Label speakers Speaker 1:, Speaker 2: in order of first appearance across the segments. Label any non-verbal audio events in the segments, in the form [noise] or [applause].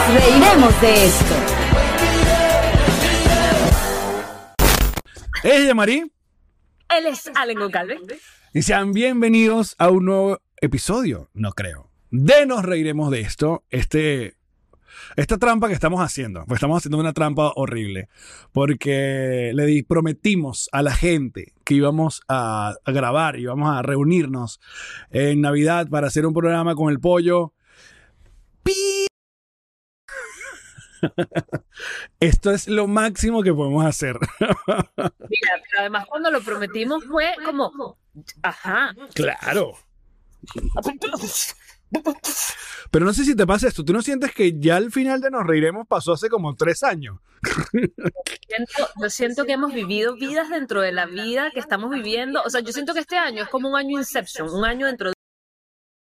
Speaker 1: Hablemos de esto.
Speaker 2: Ella, Marí,
Speaker 3: Él es Allen Goncalves.
Speaker 2: y sean bienvenidos a un nuevo episodio, no creo, de Nos Reiremos de Esto, este, esta trampa que estamos haciendo, pues estamos haciendo una trampa horrible, porque le di- prometimos a la gente que íbamos a, a grabar, íbamos a reunirnos en Navidad para hacer un programa con el pollo. ¡Pi! [laughs] Esto es lo máximo que podemos hacer.
Speaker 3: Mira, pero además cuando lo prometimos fue como, ajá,
Speaker 2: Claro. Pero no sé si te pasa esto. ¿Tú no sientes que ya al final de Nos Reiremos pasó hace como tres años?
Speaker 3: siento- yo siento que hemos vivido vidas dentro de la vida que estamos viviendo. O sea, yo siento que este año es como un año Inception, un año dentro de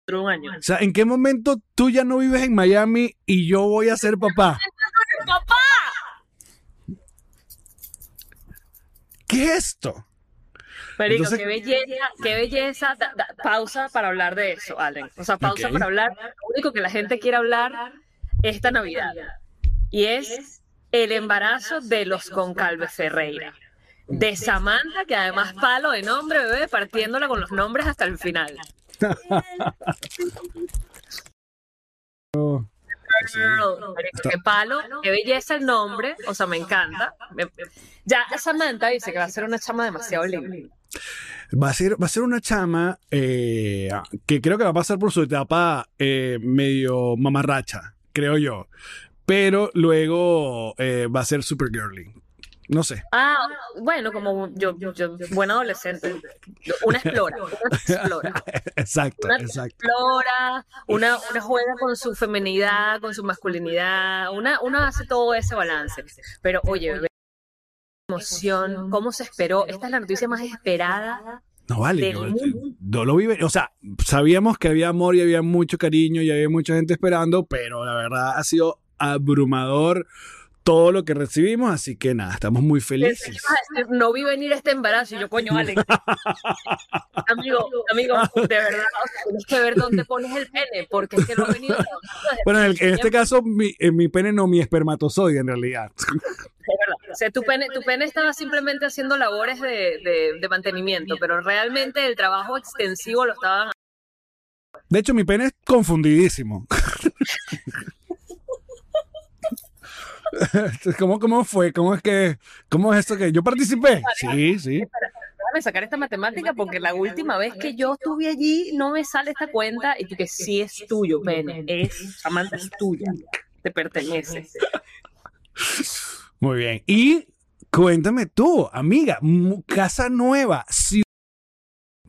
Speaker 3: dentro de un año.
Speaker 2: O sea, ¿en qué momento tú ya no vives en Miami y yo voy a ser papá?
Speaker 3: ¡Papá!
Speaker 2: ¿Qué es esto?
Speaker 3: Marico,
Speaker 2: Entonces-
Speaker 3: qué belleza, qué belleza. Da- da- pausa para hablar de eso, Allen. O sea, pausa
Speaker 2: Ok.
Speaker 3: para hablar. Lo único que la gente quiere hablar esta Navidad. Y es el embarazo de los Goncalves Ferreira. De Samantha, que además palo de nombre, bebé, partiéndola con los nombres hasta
Speaker 2: [laughs]
Speaker 3: el final. Girl, marico,
Speaker 2: Está-
Speaker 3: Qué palo, qué belleza el nombre, o sea, me encanta. Me- me- Ya Samantha dice que va a ser una chama demasiado linda.
Speaker 2: Va a ser, va a ser una chama eh, que creo que va a pasar por su etapa eh, medio mamarracha, creo yo. Pero luego eh, va a ser super girly. No sé.
Speaker 3: Ah, bueno, como yo, yo, yo- buena adolescente, una explora, una explora,
Speaker 2: Exacto,
Speaker 3: una
Speaker 2: exacto.
Speaker 3: explora, una, una juega con su feminidad, con su masculinidad, una, una hace todo ese balance. Pero oye, bebé, emoción, cómo se esperó, esta es la noticia más esperada.
Speaker 2: No vale,
Speaker 3: del
Speaker 2: yo, eh,
Speaker 3: mundo.
Speaker 2: yo lo vive, o sea, sabíamos que había amor y había mucho cariño y había mucha gente esperando, pero la verdad ha sido abrumador todo lo que recibimos, así que nada, estamos muy
Speaker 3: Pensé que
Speaker 2: felices.
Speaker 3: ibas a decir, No vi venir este embarazo y yo,
Speaker 2: [laughs]
Speaker 3: coño, Alex. Amigo, amigo, de verdad, o sea, tienes que ver dónde pones el pene, porque es que no ha venido. desde
Speaker 2: Bueno, en, el- en este caso, mi, en mi pene no, mi espermatozoide en realidad.
Speaker 3: Es verdad. O sea, tu pene, tu pene estaba simplemente haciendo labores de, de- de mantenimiento, pero realmente el trabajo extensivo lo estaban
Speaker 2: De hecho, mi pene es confundidísimo. [laughs] ¿Cómo, ¿Cómo fue? ¿Cómo es que? ¿Cómo es esto que yo participé? Sí, sí.
Speaker 3: Déjame sacar esta matemática porque la última vez que yo estuve allí no me sale esta cuenta y tú que sí es tuyo, pene. Es, Samantha, es tuya. Te pertenece.
Speaker 2: Muy bien. Y cuéntame tú, amiga, mu- casa nueva, ciudad.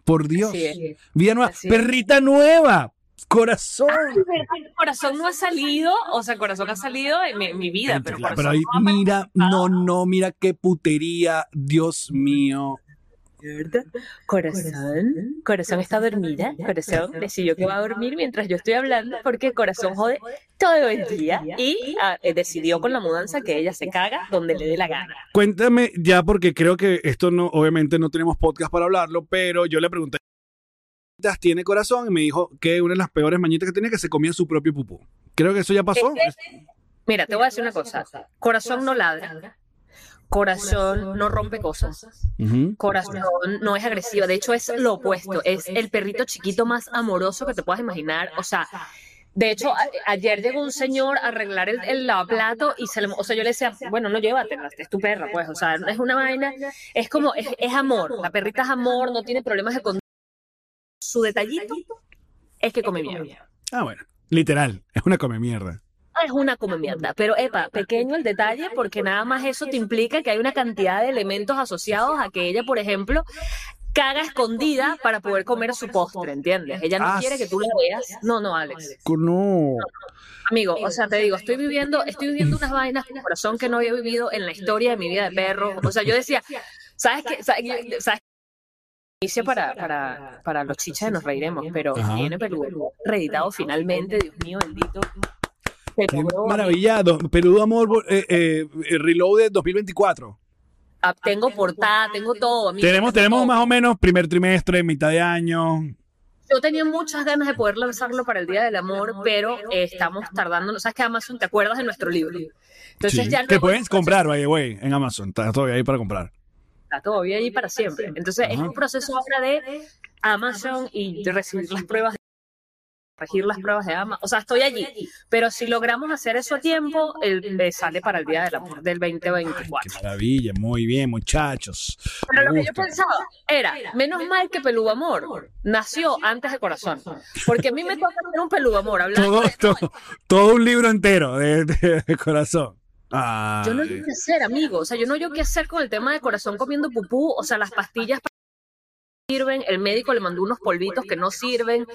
Speaker 2: Por Dios,
Speaker 3: Así es.
Speaker 2: vida nueva,
Speaker 3: Así es. Ah,
Speaker 2: perrita nueva, corazón.
Speaker 3: El corazón no ha salido, o sea, el corazón ha salido en mi, mi vida, pero,
Speaker 2: Gente, claro,
Speaker 3: corazón
Speaker 2: pero ahí,
Speaker 3: no ha
Speaker 2: mira,
Speaker 3: aparecido.
Speaker 2: no, no, mira qué putería, Dios mío.
Speaker 3: Corazón, corazón está dormida, corazón [laughs] decidió que va a dormir mientras yo estoy hablando porque corazón jode todo el día y ah, eh, decidió con la mudanza que ella se caga donde le dé la gana.
Speaker 2: Cuéntame ya, porque creo que esto no, obviamente no tenemos podcast para hablarlo, pero yo le pregunté, ¿qué mañitas tiene corazón? Y me dijo que una de las peores mañitas que tiene es que se comía su propio pupú. Creo que eso ya pasó.
Speaker 3: Mira, te voy a decir una cosa, corazón no ladra, corazón no rompe cosas,
Speaker 2: Ujú.
Speaker 3: corazón no es agresiva, de hecho es lo opuesto, es el perrito chiquito más amoroso que te puedas imaginar, o sea, De hecho, a- ayer llegó un señor a arreglar el, el lavaplato y se le, o sea, yo le decía, bueno, no llévatela, es tu perra, pues, o sea, es una vaina, es como, es, es amor, la perrita es amor, no tiene problemas de con Su detallito es que come mierda.
Speaker 2: Ah, bueno, literal, es una come mierda.
Speaker 3: Es una come mierda, pero epa, pequeño el detalle porque nada más eso te implica que hay una cantidad de elementos asociados a que ella, por ejemplo, caga escondida para poder comer su postre, ¿entiendes? Ella
Speaker 2: Ah,
Speaker 3: no quiere que tú la veas. No, no, Alex.
Speaker 2: No.
Speaker 3: Amigo, o sea, te digo, estoy viviendo, estoy viviendo unas vainas con corazón que no había vivido en la historia de mi vida de perro. O sea, yo decía, ¿sabes qué? ¿Sabes qué? ¿Sabes qué? Inicia para, para, para los chichas de nos reiremos, pero
Speaker 2: Ajá.
Speaker 3: viene peludo, reeditado finalmente, Dios mío bendito. Se
Speaker 2: Qué
Speaker 3: logró.
Speaker 2: maravillado. Perú Amor eh, eh, eh, Reloaded 2024.
Speaker 3: Ah, Tengo portada, tengo todo. amigo,
Speaker 2: Tenemos,
Speaker 3: tengo
Speaker 2: tenemos
Speaker 3: todo.
Speaker 2: más o menos primer trimestre, mitad de año.
Speaker 1: Yo tenía muchas ganas de poder lanzarlo para el Día del Amor, pero eh, estamos tardando. ¿Sabes que Amazon? ¿Te acuerdas de nuestro libro? Entonces
Speaker 2: Sí.
Speaker 1: ya no.
Speaker 2: que puedes comprar, by the way, en Amazon. Está todavía ahí para comprar.
Speaker 1: Está todavía ahí para siempre. Entonces es
Speaker 2: Ajá.
Speaker 1: un proceso ahora de Amazon y de recibir las pruebas, de- corregir las pruebas de Amazon. O sea, estoy allí. Pero si logramos hacer eso a tiempo, el, eh, sale para el Día del Amor del
Speaker 2: Qué
Speaker 1: 2024.
Speaker 2: maravilla, muy bien, muchachos.
Speaker 1: Pero lo
Speaker 2: Me
Speaker 1: que yo
Speaker 2: gusta.
Speaker 1: pensaba era, menos mal que Pelú Amor nació antes de Corazón. Porque a mí me toca hacer un Pelú Amor hablando
Speaker 2: todo,
Speaker 1: de-
Speaker 2: todo, todo un libro entero de, de- de corazón. Ah,
Speaker 1: Yo no yo qué hacer, amigo. O sea, yo no yo qué hacer con el tema de corazón comiendo pupú. O sea, las pastillas pa- sirven. El médico le mandó unos polvitos que no sirven.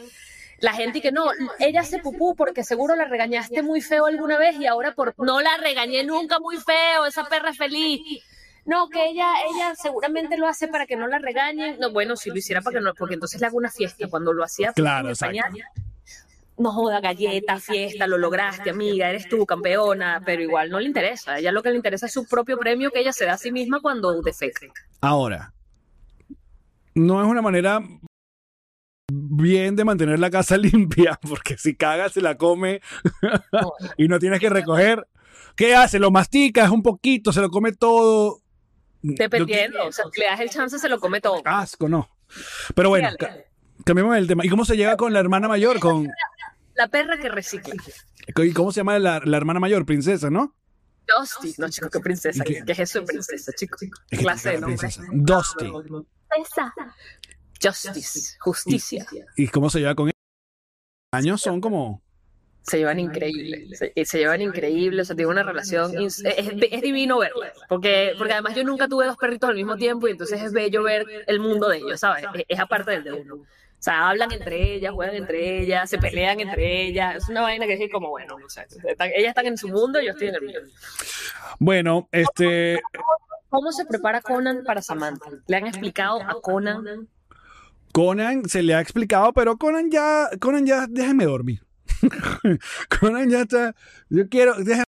Speaker 1: La gente que no, ella hace pupú porque seguro la regañaste muy feo alguna vez y ahora por no la regañé nunca muy feo, esa perra es feliz. No, que ella, ella seguramente lo hace para que no la regañen. No, bueno, si lo hiciera para que no, porque entonces le hago una fiesta. Cuando lo hacía
Speaker 2: Claro,
Speaker 1: en el pañal,
Speaker 2: exacto.
Speaker 1: no joda, galleta, fiesta, lo lograste, amiga, eres tú, campeona, pero igual no le interesa. A ella lo que le interesa es su propio premio que ella se da a sí misma cuando defeque.
Speaker 2: Ahora, no es una manera bien de mantener la casa [laughs] limpia, porque si caga se la come
Speaker 1: No,
Speaker 2: [laughs] y no tienes que recoger. ¿Qué hace? Lo mastica, es un poquito, se lo come todo.
Speaker 1: dependiendo, o sea, si le das el chance, se lo come todo.
Speaker 2: Yo- asco, no. Pero bueno,
Speaker 1: Fíjale,
Speaker 2: ca- cambiemos el tema. ¿Y cómo se llega con la hermana mayor? Con,
Speaker 1: La perra que recicla.
Speaker 2: ¿Y cómo se llama la, la hermana mayor? Princesa, ¿no?
Speaker 1: Dusty. No, chico, qué princesa. ¿Qué, es eso de princesa, chico?
Speaker 2: Es que
Speaker 1: Clase de
Speaker 2: tiene
Speaker 1: nombre.
Speaker 2: cara de princesa. Dusty.
Speaker 1: Justice. Justicia.
Speaker 2: ¿Y cómo se lleva con él? Años son como.
Speaker 1: Se llevan increíble. Se, eh, se llevan increíble. O sea, tienen una relación. ins- Es, es- es divino verla. Porque, porque además yo nunca tuve dos perritos al mismo tiempo y entonces es bello ver el mundo de ellos, ¿sabes? Es, es aparte del de uno. O sea, hablan entre ellas, juegan entre ellas, se pelean entre ellas. Es una vaina que es como, bueno, o sea, están- ellas están en su mundo y yo estoy en el mío.
Speaker 2: Bueno, este.
Speaker 1: ¿Cómo se prepara Conan para Samantha? ¿Le han explicado a Conan?
Speaker 2: Conan se le ha explicado, pero Conan ya. Conan ya, déjeme dormir. [laughs] Conan ya está. Yo quiero. Déjame.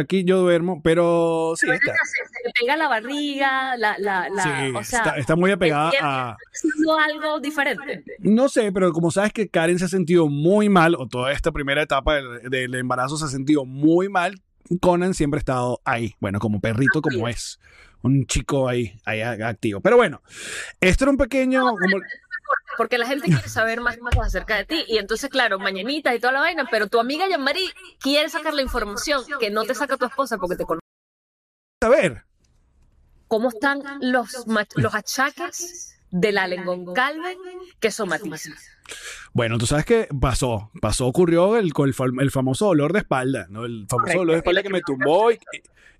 Speaker 2: Aquí yo duermo, pero sí está.
Speaker 1: Se pega la barriga, la, la, la,
Speaker 2: Sí,
Speaker 1: o sea,
Speaker 2: está, está muy apegada a.
Speaker 1: haciendo algo diferente.
Speaker 2: No sé, pero como sabes que Karen se ha sentido muy mal, o toda esta primera etapa del, del embarazo se ha sentido muy mal, Conan siempre ha estado ahí, bueno, como perrito como es, un chico ahí, ahí a- activo. Pero bueno, esto era un pequeño... como-
Speaker 1: Porque la gente quiere saber más cosas acerca de ti. Y entonces, claro, mañanitas y toda la vaina, pero tu amiga Yamari quiere sacar la información que no te saca tu esposa porque te conoce.
Speaker 2: a ver,
Speaker 1: ¿Cómo están los, mach- los achaques de la Lengón Calvin que somatizan?
Speaker 2: bueno, tú sabes que pasó, pasó, ocurrió el, el fam- el famoso dolor de espalda, ¿no? El famoso
Speaker 1: Correcto.
Speaker 2: dolor de espalda que me tumbó y,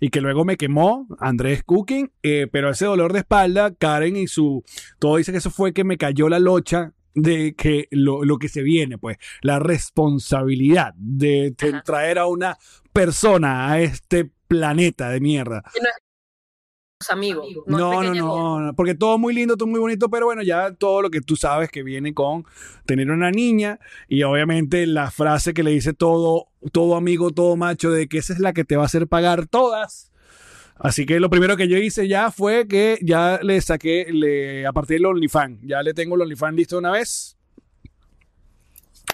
Speaker 2: y que luego me quemó Andrés Cooking, eh, pero ese dolor de espalda, Karen y su... Todo dice que eso fue que me cayó la locha de que lo, lo que se viene, pues, la responsabilidad de te-
Speaker 1: Ajá.
Speaker 2: traer a una persona a este planeta de mierda.
Speaker 1: Los amigos.
Speaker 2: No, no,
Speaker 1: pequeña cosa.
Speaker 2: no, no, porque todo muy lindo, todo muy bonito, pero bueno, ya todo lo que tú sabes que viene con tener una niña y obviamente la frase que le dice todo, todo amigo, todo macho, de que esa es la que te va a hacer pagar todas. Así que lo primero que yo hice ya fue que ya le saqué, le aparté el OnlyFans, ya le tengo el OnlyFans listo de una vez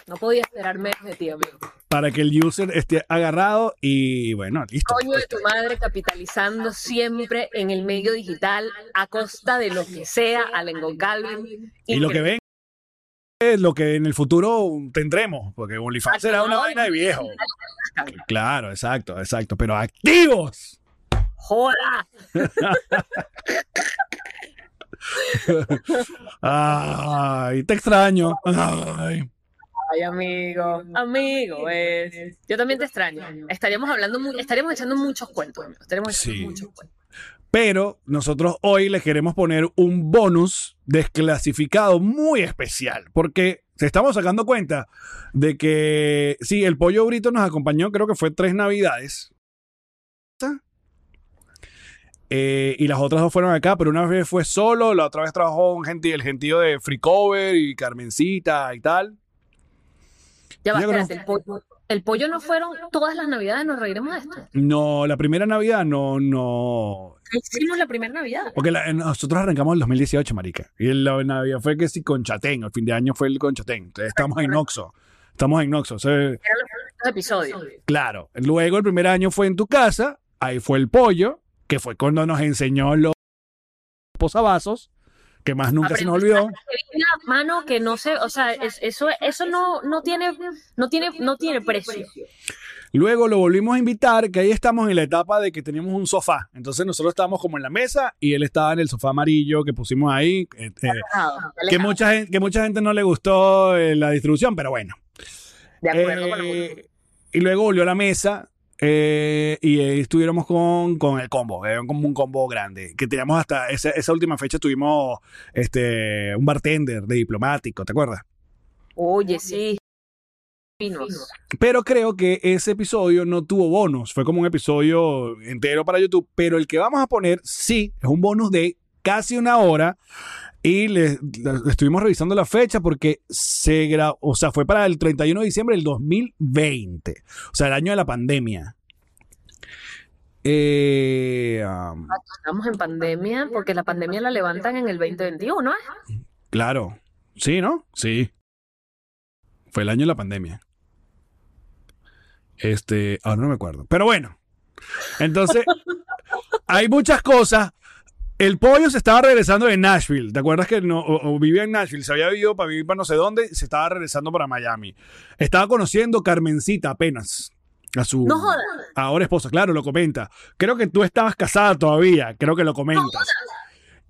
Speaker 1: No podía esperar menos de ti, amigo.
Speaker 2: para que el user esté agarrado y bueno, listo.
Speaker 1: Coño de tu madre capitalizando siempre en el medio digital a costa de lo que sea a Lengón Calvin.
Speaker 2: Y lo que ven es lo que en el futuro tendremos, porque OnlyFans será una vaina de viejo. Claro, exacto, exacto. Pero activos.
Speaker 1: ¡Joda!
Speaker 2: Ay, te extraño. Ay.
Speaker 1: Ay, amigo. Amigo, es. Yo también te extraño. Estaríamos hablando, mu- estaríamos echando muchos cuentos. amigo. Estaríamos echando
Speaker 2: Sí.
Speaker 1: muchos cuentos.
Speaker 2: Pero nosotros hoy les queremos poner un bonus desclasificado muy especial, porque se estamos sacando cuenta de que, sí, el pollo brito nos acompañó, creo que fue tres navidades. Eh, y las otras dos fueron acá, pero una vez fue solo, la otra vez trabajó un gentío, el gentío de Free Cover y Carmencita y tal.
Speaker 1: Ya va,
Speaker 2: Yo creo-
Speaker 1: espérate, el pollo, el pollo no fueron todas las navidades, nos reiremos de esto.
Speaker 2: No, la primera Navidad no, no.
Speaker 1: ¿Qué hicimos la primera Navidad?
Speaker 2: Porque la- nosotros arrancamos el 2018, marica. Y la Navidad fue que sí con Chatén. El fin de año fue el con Chatén. Entonces, estamos en Noxo. Estamos en Noxo. o sea,
Speaker 1: Eran los primeros episodios.
Speaker 2: claro. Luego el primer año fue en tu casa. Ahí fue el pollo, que fue cuando nos enseñó los posavasos, que más nunca se nos
Speaker 1: Aprendí
Speaker 2: olvidó.
Speaker 1: Mira, mano, que no sé, o sea, es- eso, eso no, no tiene, no tiene, no tiene precio.
Speaker 2: Luego lo volvimos a invitar, que ahí estamos en la etapa de que teníamos un sofá. Entonces nosotros estábamos como en la mesa y él estaba en el sofá amarillo que pusimos ahí. eh, eh, que, mucha gente, que mucha gente no le gustó eh, la distribución, pero bueno.
Speaker 1: De acuerdo con
Speaker 2: Eh,
Speaker 1: lo-
Speaker 2: y luego volvió a la mesa eh, y ahí estuviéramos con, con el combo, era como un combo grande, que teníamos hasta esa, esa última fecha, tuvimos este, un bartender de diplomático, ¿te acuerdas?
Speaker 1: Oye, sí. Finos.
Speaker 2: Pero creo que ese episodio no tuvo bonus. Fue como un episodio entero para YouTube. Pero el que vamos a poner, sí, es un bonus de casi una hora. Y le, le estuvimos revisando la fecha porque se grabó, o sea, fue para el 31 de diciembre del 2020. O sea, el año de la pandemia. Eh, um,
Speaker 1: Estamos en pandemia porque la pandemia la levantan en el 2021, ¿eh?
Speaker 2: claro. Sí, ¿no? Sí. Fue el año de la pandemia. Este, ahora no me acuerdo. Pero bueno. Entonces, hay muchas cosas. El pollo se estaba regresando de Nashville. ¿Te acuerdas que no, o- o vivía en Nashville? Se había ido para vivir para no sé dónde. Se estaba regresando para Miami. Estaba conociendo Carmencita apenas. A su
Speaker 1: No jodas.
Speaker 2: ahora esposa. Claro, lo comenta. Creo que tú estabas casada todavía. Creo que lo comentas.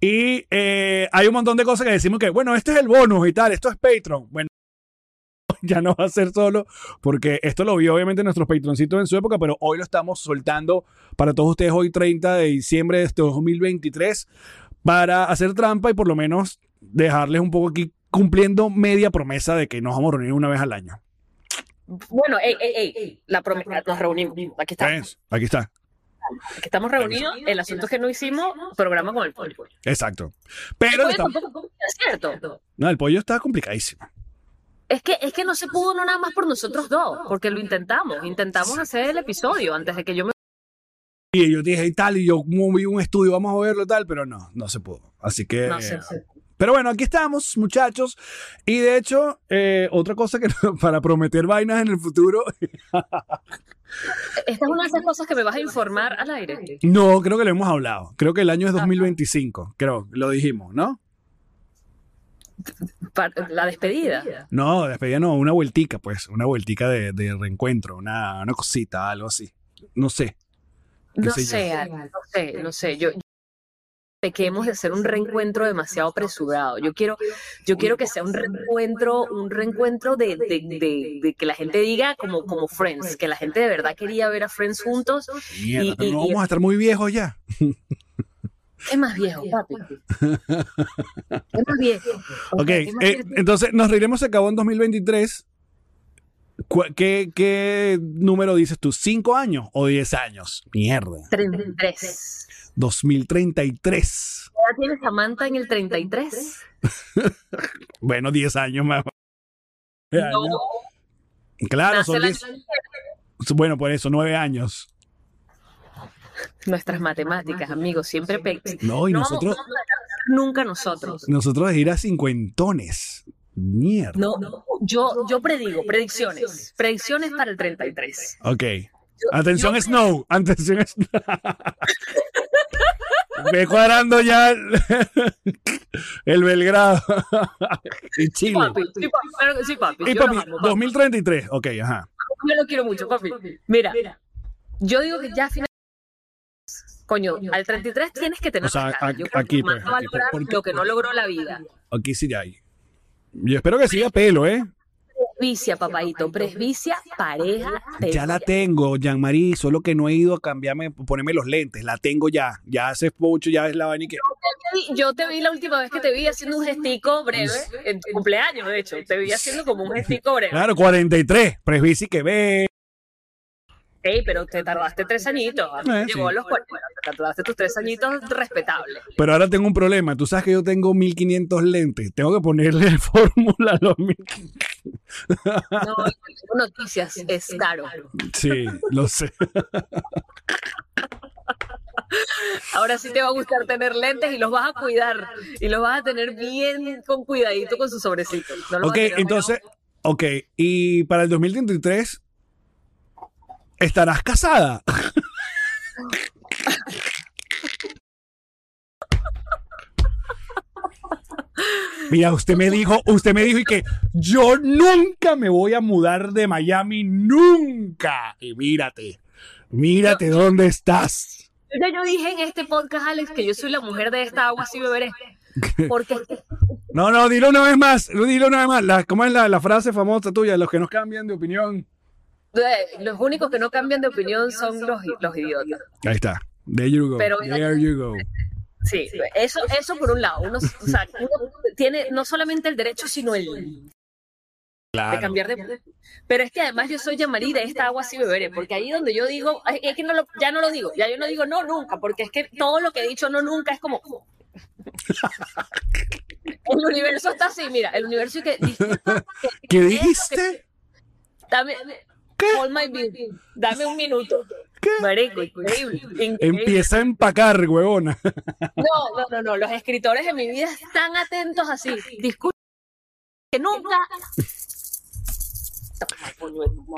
Speaker 2: Y eh, hay un montón de cosas que decimos que, bueno, este es el bonus y tal. Esto es Patreon. Bueno, [laughs] ya no va a ser solo porque esto lo vio obviamente nuestros patroncitos en su época, pero hoy lo estamos soltando para todos ustedes hoy 30 de diciembre de este 2023 para hacer trampa y por lo menos dejarles un poco aquí cumpliendo media promesa de que nos vamos a reunir una vez al año.
Speaker 1: Bueno, ey, ey, ey, la promesa, nos reunimos. Aquí estamos,
Speaker 2: ¿Ves? Aquí está.
Speaker 1: aquí estamos reunidos. El asunto es que no hicimos programa con el pollo.
Speaker 2: Exacto. Pero
Speaker 1: Oye,
Speaker 2: le estamos-
Speaker 1: tampoco es cierto.
Speaker 2: no, el pollo está complicadísimo.
Speaker 1: Es que, es que no se pudo no nada más por nosotros dos, porque lo intentamos. Intentamos hacer el episodio antes de que yo me...
Speaker 2: Y yo dije y tal, y yo moví un estudio, vamos a verlo y tal, pero no, no se pudo. Así que...
Speaker 1: No sé.
Speaker 2: Pero bueno, aquí estamos, muchachos. Y de hecho, eh, otra cosa que [laughs] para prometer vainas en el futuro, [laughs]
Speaker 1: Esta es una de esas cosas que me vas a informar al aire.
Speaker 2: no, creo que lo hemos hablado. Creo que el año es 2025, creo, lo dijimos, ¿no?
Speaker 1: Pa- La despedida.
Speaker 2: No, despedida no, una vueltica, pues, una vueltica de, de reencuentro, una, una cosita, algo así. No sé.
Speaker 1: No
Speaker 2: sé yo?
Speaker 1: sé, Al, Eh, no sé, no sé. Yo, yo- pequemos de hacer un reencuentro demasiado apresurado. Yo quiero, yo quiero que sea un reencuentro, un reencuentro de, de- de- de que la gente diga como, como Friends, que la gente de verdad quería ver a Friends juntos.
Speaker 2: Mierda,
Speaker 1: Y-
Speaker 2: pero
Speaker 1: y-
Speaker 2: no
Speaker 1: y-
Speaker 2: vamos a estar muy viejos ya.
Speaker 1: Es más viejo, papi. Es más viejo. O
Speaker 2: Ok,
Speaker 1: sea, es más
Speaker 2: eh,
Speaker 1: viejo.
Speaker 2: entonces nos reiremos, se acabó en 2023. Cu- ¿Qué, ¿Qué número dices tú? ¿Cinco años o diez años? Mierda.
Speaker 1: 33.
Speaker 2: 2033.
Speaker 1: ¿Ya tienes Samantha en el 33?
Speaker 2: Bueno, 10 años más.
Speaker 1: No,
Speaker 2: Claro,
Speaker 1: nace
Speaker 2: Ah, son
Speaker 1: el año
Speaker 2: 10. Bueno, por eso, 9 años.
Speaker 1: Nuestras matemáticas, amigos, siempre pe-
Speaker 2: No, y
Speaker 1: No vamos-
Speaker 2: nosotros,
Speaker 1: no vamos a ganar nunca nosotros.
Speaker 2: nosotros de ir a cincuentones. Mierda.
Speaker 1: No, yo, yo predigo, predicciones. Predicciones para el 33.
Speaker 2: Ok. Atención, Snow. Atención, Snow. [laughs] Ve cuadrando ya el, el Belgrado. y
Speaker 1: Sí,
Speaker 2: Chile.
Speaker 1: papi, sí, papi, claro que sí, papi.
Speaker 2: Y
Speaker 1: Yo
Speaker 2: papi,
Speaker 1: los amo, papi.
Speaker 2: 2033. Ok, ajá.
Speaker 1: Yo lo quiero mucho, papi. Mira, yo digo que ya a final- Coño, al 33 tienes que tener
Speaker 2: O sea,
Speaker 1: rescate. Yo
Speaker 2: a-
Speaker 1: creo que
Speaker 2: aquí,
Speaker 1: más
Speaker 2: pues,
Speaker 1: va a
Speaker 2: aquí, pues,
Speaker 1: lograr
Speaker 2: porque-
Speaker 1: lo que no logró la vida.
Speaker 2: Aquí sí hay. Yo espero que siga pelo, ¿eh?
Speaker 1: Presbicia, papadito. Presbicia, pareja.
Speaker 2: Ya la
Speaker 1: presbicia.
Speaker 2: tengo, Jean-Marie, solo que no he ido a cambiarme, ponerme los lentes, la tengo ya, ya hace mucho, ya es la vaina y que...
Speaker 1: Yo te vi la última vez que te vi haciendo un gestico breve, en tu cumpleaños, de hecho. Te vi haciendo como un gestico breve.
Speaker 2: Claro, 43, presbici que ve.
Speaker 1: Ey, pero te tardaste tres añitos. A mí me
Speaker 2: Eh,
Speaker 1: llegó
Speaker 2: sí.
Speaker 1: a los 40. Te tardaste tus tres añitos respetables.
Speaker 2: Pero ahora tengo [laughs] un problema, tú sabes que yo tengo 1500 lentes, tengo que ponerle fórmula a los 1500.
Speaker 1: No, noticias es caro.
Speaker 2: Sí, lo sé.
Speaker 1: Ahora sí te va a gustar tener lentes y los vas a cuidar y los vas a tener bien con cuidadito con su sobrecito. No los vas
Speaker 2: ok,
Speaker 1: a tener
Speaker 2: entonces, ok, y para el 2033 estarás casada. [laughs] Mira, usted me dijo, usted me dijo y que yo nunca me voy a mudar de Miami, nunca. Y mírate, mírate dónde estás.
Speaker 1: Ya yo dije en este podcast, Alex, que yo soy la mujer de esta agua, sí
Speaker 2: [laughs]
Speaker 1: beberé. Porque
Speaker 2: No, no, dilo una vez más, dilo una vez más. La- ¿Cómo es la, la frase famosa tuya? Los que nos cambian de opinión.
Speaker 1: eh, los únicos que no cambian de opinión son los, los idiotas.
Speaker 2: Ahí está. There you go.
Speaker 1: Pero-
Speaker 2: There you go.
Speaker 1: Sí, eso, eso por un lado. Uno, o sea, uno tiene no solamente el derecho, sino el de
Speaker 2: Claro.
Speaker 1: cambiar de. Pero es que además yo soy llamarí de esta agua sí beberé, porque ahí donde yo digo, ay, es que no lo- ya no lo digo, ya yo no digo no nunca, porque es que todo lo que he dicho no nunca es como. El universo está así, mira, el universo y que. disculpa,
Speaker 2: ¿Qué dijiste?
Speaker 1: Dame, hold my beer, dame un minuto.
Speaker 2: ¿Qué?
Speaker 1: Marico, increíble. increíble.
Speaker 2: Empieza a empacar, huevona.
Speaker 1: No, no, no, no, los escritores en mi vida están atentos así. Disculpa, que nunca.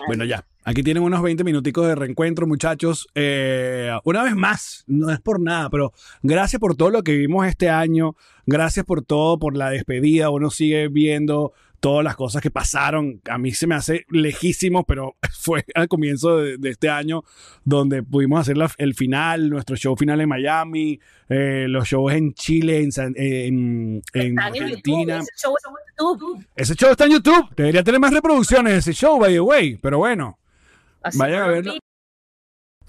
Speaker 2: Bueno, ya. Aquí tienen unos 20 minuticos de reencuentro, muchachos. Eh, una vez más, no es por nada, pero gracias por todo lo que vivimos este año. Gracias por todo, por la despedida. Uno sigue viendo todas las cosas que pasaron. A mí se me hace lejísimo, pero [laughs] fue al comienzo de, de este año donde pudimos hacer la- el final, nuestro show final en Miami, eh, los shows en Chile, en, San- en- en
Speaker 1: Están en YouTube,
Speaker 2: Argentina.
Speaker 1: ese show está en YouTube.
Speaker 2: Ese show está en YouTube. Debería tener más reproducciones ese show, by the way. Pero bueno.
Speaker 1: Así
Speaker 2: Vayan
Speaker 1: que
Speaker 2: a verlo.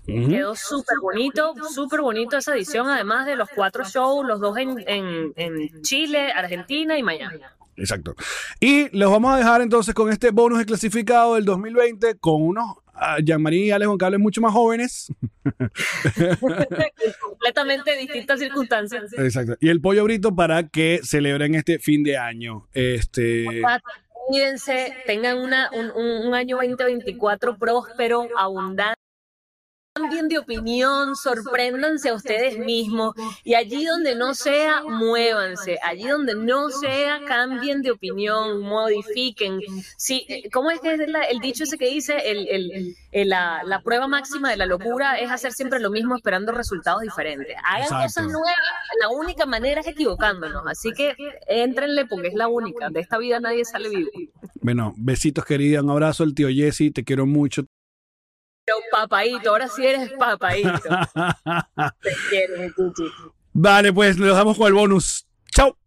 Speaker 2: Ujú.
Speaker 1: Quedó súper bonito, súper bonito esa edición, además de los cuatro shows, los dos en, en, en Chile, Argentina y Miami.
Speaker 2: Exacto. Y los vamos a dejar entonces con este bonus de clasificado del 2020 con unos ah, Jean-Marie y Alex Goncalves mucho más
Speaker 4: [laughs]
Speaker 2: jóvenes.
Speaker 1: Completamente distintas circunstancias.
Speaker 2: Exacto. Y el pollo brito para que celebren este fin de año. Este.
Speaker 1: Ah, Cuídense, tengan una, un, un- un año 2024 próspero, abundante. Cambien de opinión, sorpréndanse a ustedes mismos y allí donde no sea, muévanse. Allí donde no sea, cambien de opinión, modifiquen. Sí, eh, ¿Cómo es que es la- el dicho ese que dice? El, el- el- la, la prueba máxima de la locura es hacer siempre lo mismo esperando resultados diferentes. Hagan
Speaker 2: Exacto.
Speaker 1: cosas nuevas, la única manera es equivocándonos. Así que éntrenle porque es la única. De esta vida nadie sale vivo.
Speaker 2: Bueno, besitos, querida. Un abrazo al tío Jesse. Te quiero mucho. [laughs]
Speaker 1: Pero papaito, ahora sí eres papaito. Te quieres, Tuti.
Speaker 2: vale, pues los damos con el bonus. Chao.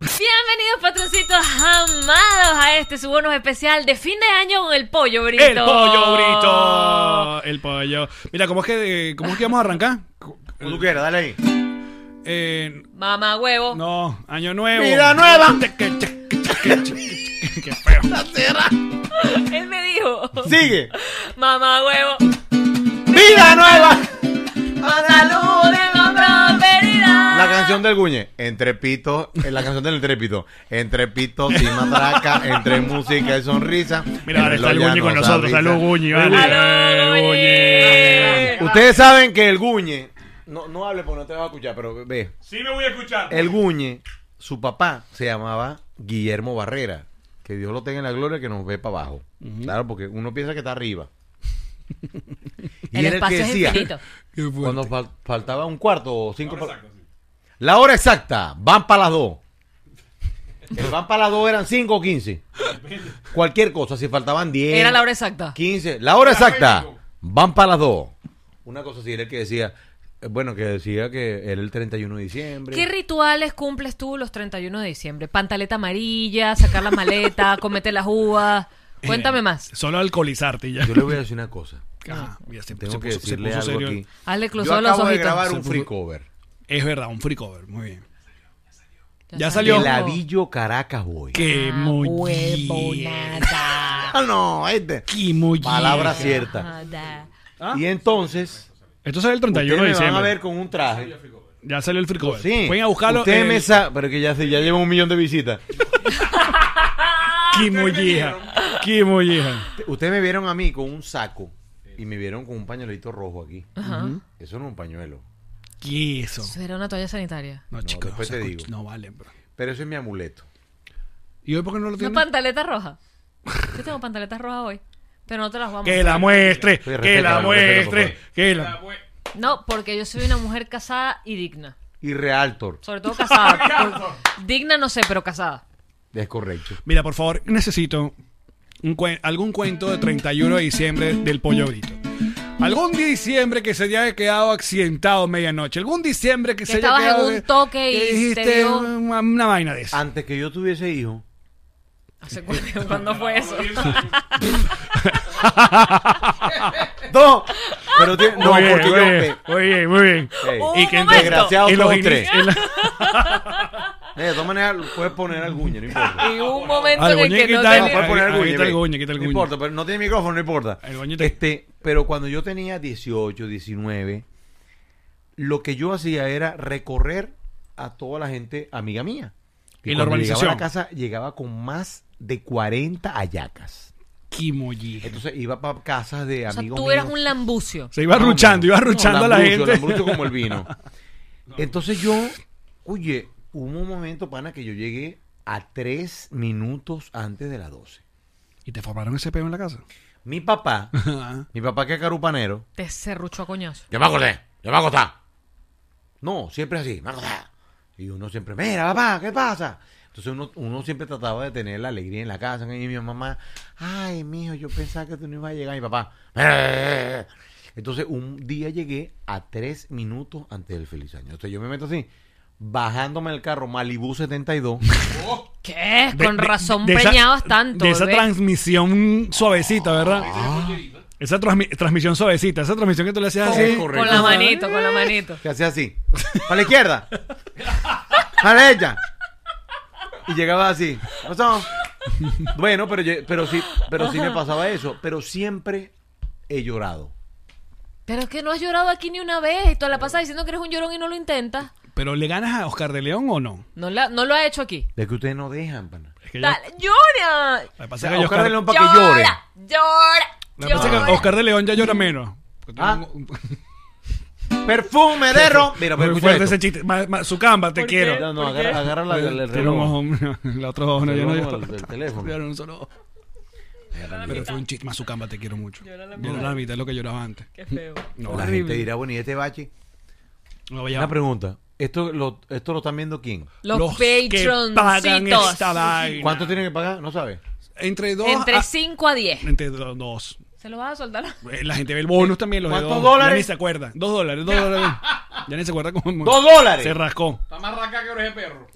Speaker 3: Bienvenidos patroncitos amados a este su bonus especial de fin de año con el pollo brito.
Speaker 2: El pollo brito. El pollo. Mira, ¿cómo es que, cómo es que vamos a arrancar?
Speaker 4: Como tú quieras, dale ahí.
Speaker 2: Eh,
Speaker 3: Mamá huevo.
Speaker 2: no, año nuevo.
Speaker 4: ¡Vida nueva!
Speaker 2: Qué feo.
Speaker 3: Él me dijo, [laughs]
Speaker 4: ¡Sigue!
Speaker 3: mamá huevo.
Speaker 4: ¡Vida nueva!
Speaker 3: prosperidad.
Speaker 4: La canción del Guñe. Entre pitos, eh, la canción del entrepito. Entre pitos y matraca, entre música y sonrisa.
Speaker 2: Mira, ahora está el
Speaker 4: reloj ya
Speaker 2: Guñi con
Speaker 4: nos
Speaker 2: nosotros.
Speaker 4: avisa.
Speaker 2: Salud, Guñi. Vale.
Speaker 3: ¡Aló, Guñi!
Speaker 4: Eh, Ustedes saben que el Guñe. No, no hable porque no te vas a escuchar, pero ve.
Speaker 5: Sí me voy a escuchar.
Speaker 4: El Guñe, su papá se llamaba Guillermo Barrera. Que Dios lo tenga en la gloria que nos ve para abajo. Claro, porque uno piensa que
Speaker 3: [laughs]
Speaker 4: está arriba. Y
Speaker 3: El
Speaker 4: era
Speaker 3: espacio
Speaker 4: que
Speaker 3: es
Speaker 4: decía,
Speaker 3: infinito.
Speaker 2: Qué fuerte.
Speaker 4: Cuando fal- faltaba un cuarto o cinco. pa-
Speaker 5: Exacto, sí.
Speaker 4: La hora exacta, van para las dos. El van para las dos eran 5 o 15. Cualquier cosa, si faltaban 10.
Speaker 3: Era la hora exacta.
Speaker 4: 15. La hora exacta,
Speaker 5: México.
Speaker 4: van para las dos. Una cosa así era el que decía, eh, bueno, que decía que era el 31 de diciembre.
Speaker 3: ¿Qué rituales cumples tú los 31 de diciembre? Pantaleta amarilla, sacar
Speaker 4: [laughs]
Speaker 3: la maleta, comete las uvas.
Speaker 4: Eh,
Speaker 3: Cuéntame más.
Speaker 2: Solo alcoholizarte y ya.
Speaker 4: Yo le voy a decir una cosa.
Speaker 2: Ah, mira, se-
Speaker 4: Tengo
Speaker 2: se
Speaker 4: que
Speaker 2: puso- se
Speaker 4: decirle
Speaker 2: puso
Speaker 4: algo
Speaker 2: serio.
Speaker 4: aquí.
Speaker 3: Hazle
Speaker 4: Yo
Speaker 3: cruzado los
Speaker 4: acabo de
Speaker 3: ojitos.
Speaker 4: grabar un
Speaker 2: Se
Speaker 4: free
Speaker 2: puso-
Speaker 4: cover.
Speaker 2: Es verdad, un free cover. Muy bien.
Speaker 3: Ah,
Speaker 2: Ya salió.
Speaker 4: El Avillo Caracas Boy.
Speaker 2: Qué
Speaker 3: Ah, huevonada.
Speaker 4: Ah, no, este.
Speaker 2: Qué muy
Speaker 4: Palabra
Speaker 2: bien.
Speaker 4: cierta.
Speaker 3: Nada.
Speaker 2: Ah.
Speaker 4: Y entonces,
Speaker 2: Esto sale el 31
Speaker 4: ustedes
Speaker 2: de
Speaker 4: me van
Speaker 2: diciembre.
Speaker 4: a ver con un traje.
Speaker 2: Ya salió el free cover.
Speaker 4: Sí.
Speaker 2: Pueden a buscarlo.
Speaker 4: Ustedes
Speaker 2: en
Speaker 4: Ah, me sa- Pero que ya, se- ya lleva un millón de visitas.
Speaker 2: Kimoyija. Kim Mullihan.
Speaker 4: [laughs] Ustedes me vieron a mí con un saco y me vieron con un pañuelito rojo aquí.
Speaker 3: Ajá.
Speaker 4: Eso no es un pañuelo.
Speaker 2: ¿Qué es eso?
Speaker 3: Eso era una toalla sanitaria.
Speaker 2: No,
Speaker 4: No,
Speaker 2: chicos,
Speaker 4: después
Speaker 2: no,
Speaker 4: te
Speaker 2: saco-
Speaker 4: digo.
Speaker 2: no valen, bro.
Speaker 4: Pero eso es mi amuleto.
Speaker 2: ¿Y hoy por qué no lo
Speaker 3: Una
Speaker 2: tienen?
Speaker 3: pantaleta roja. Yo tengo pantaletas rojas hoy, pero no te las voy a
Speaker 2: que
Speaker 3: mostrar.
Speaker 2: la muestre,
Speaker 4: Oye,
Speaker 2: que la
Speaker 4: respétalo, respétalo,
Speaker 2: muestre,
Speaker 4: por favor.
Speaker 2: que la
Speaker 3: No, porque yo soy una mujer casada y digna.
Speaker 4: Y Realtor.
Speaker 3: Sobre todo
Speaker 2: [laughs]
Speaker 3: casada. Por- digna no sé, pero casada.
Speaker 4: Es correcto.
Speaker 2: Mira, por favor, necesito un cuen- algún cuento de 31 de diciembre del pollo grito. Algún diciembre que se haya quedado accidentado medianoche. Algún diciembre que, se haya
Speaker 3: estabas en
Speaker 2: quedado.
Speaker 3: un toque y
Speaker 2: que
Speaker 3: te
Speaker 2: dijiste
Speaker 3: dio-
Speaker 2: una, una vaina de esa.
Speaker 4: Antes que yo tuviese hijo.
Speaker 3: Hace
Speaker 2: [laughs]
Speaker 3: cuándo, ¿cuándo fue eso.
Speaker 4: [laughs] ¡No! Pero tiene- no,
Speaker 2: muy, bien,
Speaker 4: porque
Speaker 2: muy,
Speaker 4: yo.
Speaker 2: bien, muy bien, muy bien.
Speaker 4: Ey,
Speaker 3: Un
Speaker 2: Y que
Speaker 3: momento.
Speaker 4: desgraciado
Speaker 2: en los
Speaker 4: todos tres.
Speaker 2: inicios- en
Speaker 4: [laughs]
Speaker 2: la-
Speaker 4: Eh, de todas maneras, lo puedes poner al guño, no importa.
Speaker 3: Y hubo un momento
Speaker 2: Ah, el
Speaker 3: en el que
Speaker 2: muñequito
Speaker 3: no
Speaker 2: está-
Speaker 4: No,
Speaker 3: tenía...
Speaker 4: puedes poner al
Speaker 2: Ahí
Speaker 4: guño.
Speaker 2: está el
Speaker 4: ve.
Speaker 2: guño, quita el
Speaker 4: No
Speaker 2: guño.
Speaker 4: importa, pero no tiene micrófono, no importa.
Speaker 2: El guño está-
Speaker 4: este, pero cuando yo tenía 18, 19, lo que yo hacía era recorrer a toda la gente amiga mía.
Speaker 2: Y la
Speaker 4: cuando
Speaker 2: urbanización.
Speaker 4: Llegaba a la casa llegaba con más de 40 ayacas.
Speaker 2: Kimoji.
Speaker 4: Entonces iba para casas de
Speaker 3: O sea,
Speaker 4: amigos
Speaker 3: tú eras
Speaker 4: míos.
Speaker 3: un lambucio.
Speaker 2: Se iba ruchando, iba ruchando a la
Speaker 4: Lambrucho,
Speaker 2: gente.
Speaker 4: lambrucho como
Speaker 2: [laughs]
Speaker 4: el vino. Entonces yo, oye, hubo un momento, pana, que yo llegué a tres minutos antes de las 12.
Speaker 2: ¿Y te formaron ese peo en la [laughs] casa?
Speaker 4: Mi papá, mi papá que es carupanero,
Speaker 3: Te serruchó a coñazo.
Speaker 4: yo me acordé, yo me acosté. No, siempre así, me acosté. Y uno siempre, mira, papá, ¿qué pasa? Entonces uno, uno siempre trataba de tener la alegría en la casa. Y mi mamá, ay, mijo, yo pensaba que tú no ibas a llegar. Mi papá, "Eh". entonces un día llegué a tres minutos antes del feliz año. Entonces yo me meto así, bajándome el carro, Malibu 72.
Speaker 3: ¿Qué?
Speaker 2: De-
Speaker 3: Con
Speaker 2: de-
Speaker 3: razón
Speaker 2: de esa-
Speaker 3: preñabas tanto,
Speaker 2: De esa
Speaker 3: bebé.
Speaker 2: transmisión suavecita, ¿verdad? Esa transmi- transmisión suavecita, esa transmisión que tú le hacías
Speaker 3: Con-
Speaker 2: así.
Speaker 4: correcto.
Speaker 3: con la manito, con la manito.
Speaker 4: que hacía así. Para la izquierda. Para la derecha. Y llegaba así. ¿Qué pasó? Bueno, pero, yo- pero sí, pero sí me pasaba eso. Pero siempre he llorado.
Speaker 3: Pero es que no has llorado aquí ni una vez. Y tú la pasas diciendo que eres un llorón y no lo intentas.
Speaker 2: Pero ¿le ganas a Oscar de León o no?
Speaker 3: No, la- no lo ha hecho aquí.
Speaker 4: De que ustedes no dejan, pana.
Speaker 2: Es que yo-
Speaker 3: Dale, llora.
Speaker 2: lo que
Speaker 4: O
Speaker 2: pasa
Speaker 4: sea,
Speaker 2: es que yo
Speaker 4: Oscar
Speaker 2: Oscar,
Speaker 4: de León para que llore.
Speaker 3: Llora, llora,
Speaker 2: lo que pasa es que
Speaker 3: llora.
Speaker 2: Oscar de León ya llora menos.
Speaker 4: Ah. Perfume de ron. Mira, pero
Speaker 2: Muy
Speaker 4: escucha
Speaker 2: fuerte
Speaker 4: esto.
Speaker 2: ese chiste. Ma- ma- Sucamba, te
Speaker 3: ¿Por
Speaker 2: quiero.
Speaker 3: qué?
Speaker 4: No, no,
Speaker 3: ¿Por
Speaker 4: agarra, agarra la, el, el
Speaker 2: Tiene un
Speaker 4: reloj.
Speaker 2: ojo, la otra ojo, no,
Speaker 4: El
Speaker 2: yo no
Speaker 4: reloj,
Speaker 2: lloro.
Speaker 4: el- el teléfono.
Speaker 2: Lloro en un solo ojo. Pero fue un chiste más Sucamba, te quiero mucho. Llora la, mitad de lo que lloraba antes.
Speaker 3: Qué feo.
Speaker 4: La gente dirá, bueno, ¿y este bache?
Speaker 2: No vaya.
Speaker 4: Una pregunta. ¿Esto lo, esto lo están viendo quién?
Speaker 3: Los,
Speaker 2: que pagan
Speaker 3: patroncitos.
Speaker 2: esta vaina.
Speaker 4: ¿Cuánto tienen que pagar? No sabes.
Speaker 2: Entre dos.
Speaker 3: Entre
Speaker 2: a-
Speaker 3: 5 a 10.
Speaker 2: entre do- dos.
Speaker 3: ¿Se lo vas a soltar? [laughs]
Speaker 2: Eh, La gente ve el bonus también. Los de
Speaker 4: ¿Cuántos
Speaker 2: dos.
Speaker 4: dólares?
Speaker 2: Ya ni se acuerda. Dos dólares, dos dólares. Ya ni se acuerda cómo.
Speaker 4: ¡Dos dólares!
Speaker 2: Se rascó.
Speaker 5: Está más raca que oreja de perro.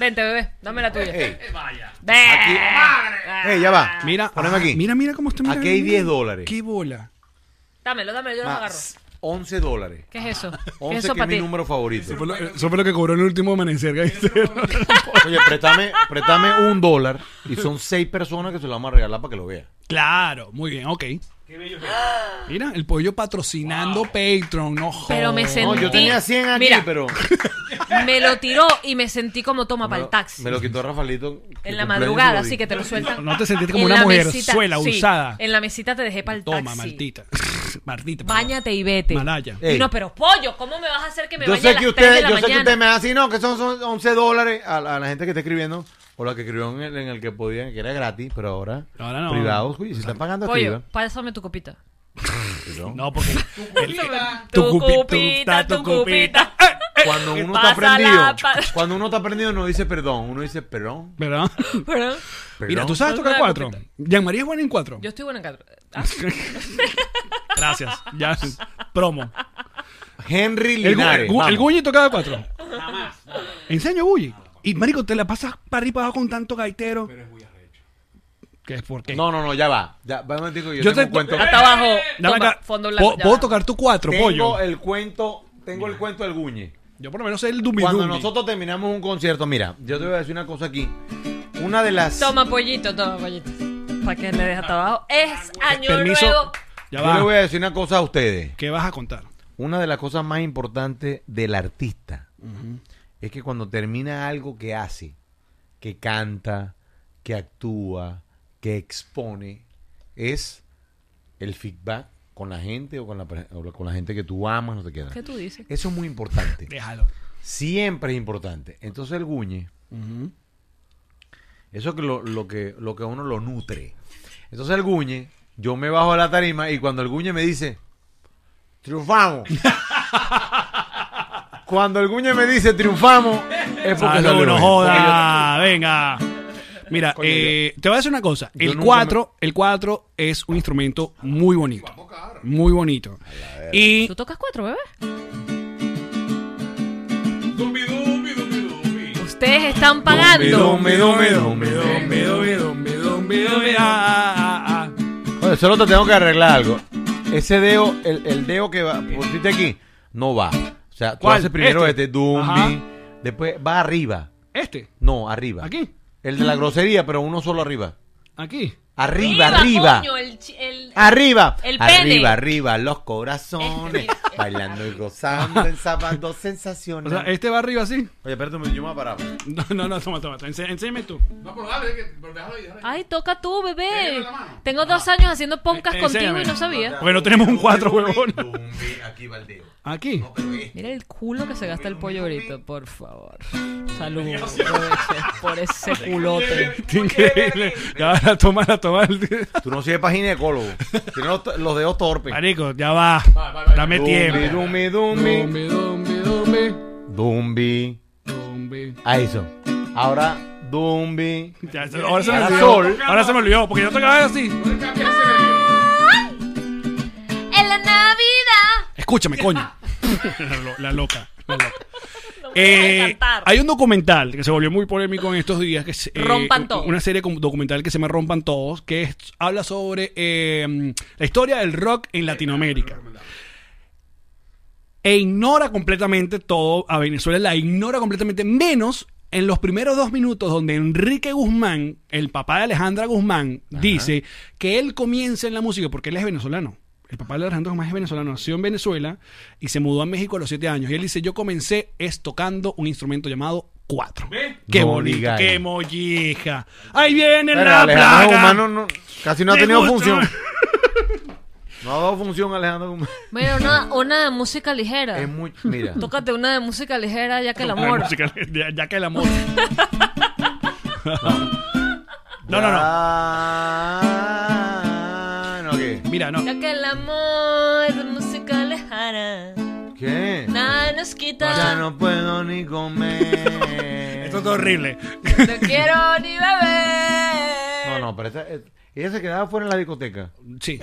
Speaker 3: Vente, bebé. Dame la tuya.
Speaker 4: Ey,
Speaker 5: Vaya.
Speaker 3: Ve. Ah,
Speaker 4: ey, ya va.
Speaker 2: Mira,
Speaker 4: Poneme
Speaker 2: ah,
Speaker 4: aquí.
Speaker 2: Mira, mira cómo está. mira,
Speaker 4: Aquí hay
Speaker 2: mira.
Speaker 4: 10 dólares.
Speaker 2: Qué bola.
Speaker 3: Dámelo, dámelo, yo los agarro.
Speaker 4: Más 11 dólares.
Speaker 3: ¿Qué es eso? ¿Qué es
Speaker 4: 11
Speaker 3: eso
Speaker 4: que es
Speaker 3: para
Speaker 4: mi
Speaker 3: ti?
Speaker 4: número favorito.
Speaker 2: Eso fue, lo, eso fue lo que cobró en el último amanecer. ¿qué?
Speaker 4: Oye, préstame, préstame un dólar y son seis personas que se lo vamos a regalar para que lo vea.
Speaker 2: claro, muy bien, ok. Mira, el pollo patrocinando Patreon. No jodas.
Speaker 3: Pero me
Speaker 4: No,
Speaker 3: sentí-
Speaker 4: yo tenía 100 aquí,
Speaker 3: Mira.
Speaker 4: pero
Speaker 3: Me lo tiró y me sentí como toma para
Speaker 4: me,
Speaker 3: el taxi.
Speaker 4: me lo quitó Rafalito.
Speaker 3: En la madrugada, así que te lo sueltan.
Speaker 2: No te sentiste como
Speaker 3: En
Speaker 2: una
Speaker 3: la
Speaker 2: mujer
Speaker 3: mesita,
Speaker 2: suela,
Speaker 3: sí,
Speaker 2: usada.
Speaker 3: En la mesita te dejé para el
Speaker 2: Toma, [laughs]
Speaker 3: taxi.
Speaker 2: Martita. Martita. perdón.
Speaker 3: Báñate y vete.
Speaker 2: Malaya.
Speaker 3: Y no, pero pollo, ¿cómo me vas a hacer que me
Speaker 4: Yo
Speaker 3: bañe
Speaker 4: sé
Speaker 3: a las
Speaker 4: que
Speaker 3: 3 de
Speaker 4: usted,
Speaker 3: la
Speaker 4: yo sé
Speaker 3: mañana?
Speaker 4: que usted me hace, no, que son, son 11 dólares a, la- a la gente que está escribiendo o la que escribió en el, en el que podían, que era gratis, pero ahora,
Speaker 2: Ahora no.
Speaker 4: privados, oye, si están pagando
Speaker 3: Pollo,
Speaker 4: escriban.
Speaker 3: pásame tu copita.
Speaker 2: No,
Speaker 3: [laughs]
Speaker 2: porque. el-
Speaker 3: Tu
Speaker 2: cupi-
Speaker 3: copita,
Speaker 2: ta-
Speaker 3: tu copita.
Speaker 2: Eh.
Speaker 4: Cuando uno
Speaker 3: Pásala,
Speaker 4: está prendido,
Speaker 3: eh, pa-
Speaker 4: cuando uno está prendido no dice perdón, uno dice perdón.
Speaker 2: ¿Verdad?
Speaker 3: Pero
Speaker 2: Mira,
Speaker 4: perdón.
Speaker 2: ¿tú sabes
Speaker 3: No
Speaker 2: tocar
Speaker 3: sabe
Speaker 2: cuatro? Jean-Marie es buena en cuatro.
Speaker 3: Yo estoy buena en cuatro. Ah,
Speaker 2: [laughs] Gracias. Ya. Promo.
Speaker 4: Henry
Speaker 2: El, gu-
Speaker 4: Linares.
Speaker 2: el gu- el
Speaker 4: vamos.
Speaker 2: Gulli tocaba cuatro. Enseño Gulli. Y marico, te la pasas para arriba y para abajo con tanto gaitero. Pero es muy arrecho. ¿Qué es por qué?
Speaker 4: No, no, no, ya va. Ya, va un momentico, yo,
Speaker 2: Yo
Speaker 4: tengo
Speaker 2: te-
Speaker 4: un cuento.
Speaker 3: hasta abajo.
Speaker 2: Dame
Speaker 3: Toma,
Speaker 2: acá.
Speaker 3: fondo
Speaker 2: ¿Puedo,
Speaker 3: blanco. ya.
Speaker 2: puedo tocar tu cuatro,
Speaker 4: Tengo
Speaker 2: pollo?
Speaker 4: el cuento, tengo el cuento del guñe.
Speaker 2: Yo por lo menos sé el dummy
Speaker 4: Cuando
Speaker 2: dummy.
Speaker 4: nosotros terminamos un concierto, mira, yo te voy a decir una cosa aquí. Una de las
Speaker 3: Toma pollito, toma pollito. Para que le dejes hasta abajo. Es año
Speaker 2: Eh, Permiso.
Speaker 3: nuevo.
Speaker 2: Ya
Speaker 4: Yo le voy
Speaker 2: va.
Speaker 4: a decir una cosa a ustedes.
Speaker 2: ¿Qué vas a contar?
Speaker 4: Una de las cosas más importantes del artista es que cuando termina algo que hace, que canta, que actúa, que expone es el feedback con la gente o con la, pre- o con la gente que tú amas, no te quedas.
Speaker 3: ¿Qué tú dices?
Speaker 4: Eso es muy importante.
Speaker 2: Déjalo.
Speaker 4: Siempre es importante. Entonces el guñe, eso que lo, lo que lo que a uno lo nutre. Entonces el guñe, yo me bajo a la tarima y cuando el guñe me dice,
Speaker 2: [laughs]
Speaker 4: triunfamos. cuando el guñe me dice, triunfamos, es porque
Speaker 2: Ah,
Speaker 4: salió
Speaker 2: no, no
Speaker 4: bien.
Speaker 2: joda, venga. Mira,
Speaker 4: Coño,
Speaker 2: eh, te voy a decir una cosa.
Speaker 4: yo
Speaker 2: El
Speaker 4: nunca
Speaker 2: 4, el 4 es un instrumento muy bonito. Muy bonito. Y
Speaker 3: ¿Tú tocas cuatro, bebé? Ustedes están pagando.
Speaker 4: Dome, dome, dome, dome.
Speaker 2: ah,
Speaker 4: Oye, solo te tengo que arreglar algo. Ese dedo, el, el dedo que va, pusiste aquí, no va. O sea, tú
Speaker 2: ¿Cuál?
Speaker 4: haces primero
Speaker 2: Este.
Speaker 4: este, Dumbi,
Speaker 2: Ajá.
Speaker 4: después va arriba.
Speaker 2: este,
Speaker 4: No, arriba.
Speaker 2: aquí,
Speaker 4: El de la grosería, pero uno solo arriba.
Speaker 2: aquí.
Speaker 4: Arriba, arriba.
Speaker 3: coño, el chi- el-
Speaker 4: Arriba,
Speaker 3: El pene.
Speaker 4: arriba, arriba, los corazones,
Speaker 3: [laughs]
Speaker 4: bailando y gozando en
Speaker 2: [laughs]
Speaker 4: sábado
Speaker 2: O sea,
Speaker 4: sensaciones.
Speaker 2: este va arriba así.
Speaker 4: Oye, espérate un minuto, yo me voy a parar.
Speaker 2: No, no, no, toma, toma. ense- Enséñame tú.
Speaker 5: No, pero dale, que- pero déjalo ahí, déjalo ahí.
Speaker 3: Ay, toca tú, bebé.
Speaker 5: Déjame la mano.
Speaker 3: Tengo dos años haciendo podcast
Speaker 2: Eh,
Speaker 3: contigo
Speaker 2: enséñame.
Speaker 3: y no sabía.
Speaker 2: Porque no tenemos un 4,
Speaker 4: Dumbi,
Speaker 2: huevón.
Speaker 4: Dumbi, aquí va el dedo.
Speaker 2: Aquí.
Speaker 4: No, pero eh.
Speaker 3: Mira el culo que se gasta el pollo ahorita, por favor. Salud, aproveche por ese culote.
Speaker 2: Qué Increíble. Ya va, la toma, la toma.
Speaker 4: Tú no sirves para ginecólogo. Tienes los, los dedos torpes.
Speaker 2: Marico, ya va.
Speaker 5: Va, va, va.
Speaker 2: Dame
Speaker 4: Dumbi,
Speaker 2: tiempo.
Speaker 4: dumbi, dumbi.
Speaker 2: dumbi, dumbi.
Speaker 4: Dumbi.
Speaker 2: Dumbi.
Speaker 4: Ah, eso. Ahora, Dumbi.
Speaker 2: [laughs] Ya, eso- ahora, se me
Speaker 4: Ahora
Speaker 2: olvidó.
Speaker 4: sol.
Speaker 2: ahora se me olvidó, porque yo tocaba así.
Speaker 5: No le cambies ese relleno.
Speaker 3: En la Navidad.
Speaker 2: Escúchame, coño. [laughs] la, lo- la loca. la loca.
Speaker 3: puedes
Speaker 2: Eh,
Speaker 3: cantar.
Speaker 2: hay un documental que se volvió muy polémico en estos días. Que es, eh,
Speaker 3: Rompan
Speaker 2: u-
Speaker 3: Todos.
Speaker 2: Una serie com- documental que se llama Rompan Todos, que es- habla sobre eh, la historia del rock en Latinoamérica. E ignora completamente todo a Venezuela, la ignora completamente, menos en los primeros dos minutos donde Enrique Guzmán, el papá de Alejandra Guzmán, dice que él comienza en la música porque él es venezolano. El papá de Alejandra Guzmán es venezolano, nació en Venezuela y se mudó a México a los siete años. Y él dice, yo comencé es tocando un instrumento llamado cuatro. ¡Qué
Speaker 4: No
Speaker 2: bonito!
Speaker 4: diga
Speaker 2: ¡Qué
Speaker 4: eso.
Speaker 2: mollija! ¡Ahí viene
Speaker 4: Espera,
Speaker 2: la
Speaker 4: Alejandro
Speaker 2: plaga!
Speaker 4: Guzmán no- no- casi no ha
Speaker 2: Me
Speaker 4: tenido
Speaker 2: gusta. [laughs]
Speaker 4: función. No ha dado función, Alejandro Guzmán.
Speaker 3: Mira, una, una de música ligera.
Speaker 4: Es muy. Mira.
Speaker 3: Tócate una de música ligera ya que el
Speaker 2: La
Speaker 3: amor.
Speaker 2: música, ya- ya que el amor... No, no, no.
Speaker 4: no. no. ¿Qué?
Speaker 2: Mira, no.
Speaker 3: Ya que el amor es música lejana.
Speaker 4: ¿Qué?
Speaker 3: Nada nos quita.
Speaker 4: Ya no puedo ni comer.
Speaker 2: Esto es horrible.
Speaker 3: No quiero ni beber.
Speaker 4: No, no, pero esta, eh, ella se quedaba fuera en la discoteca.
Speaker 2: Sí.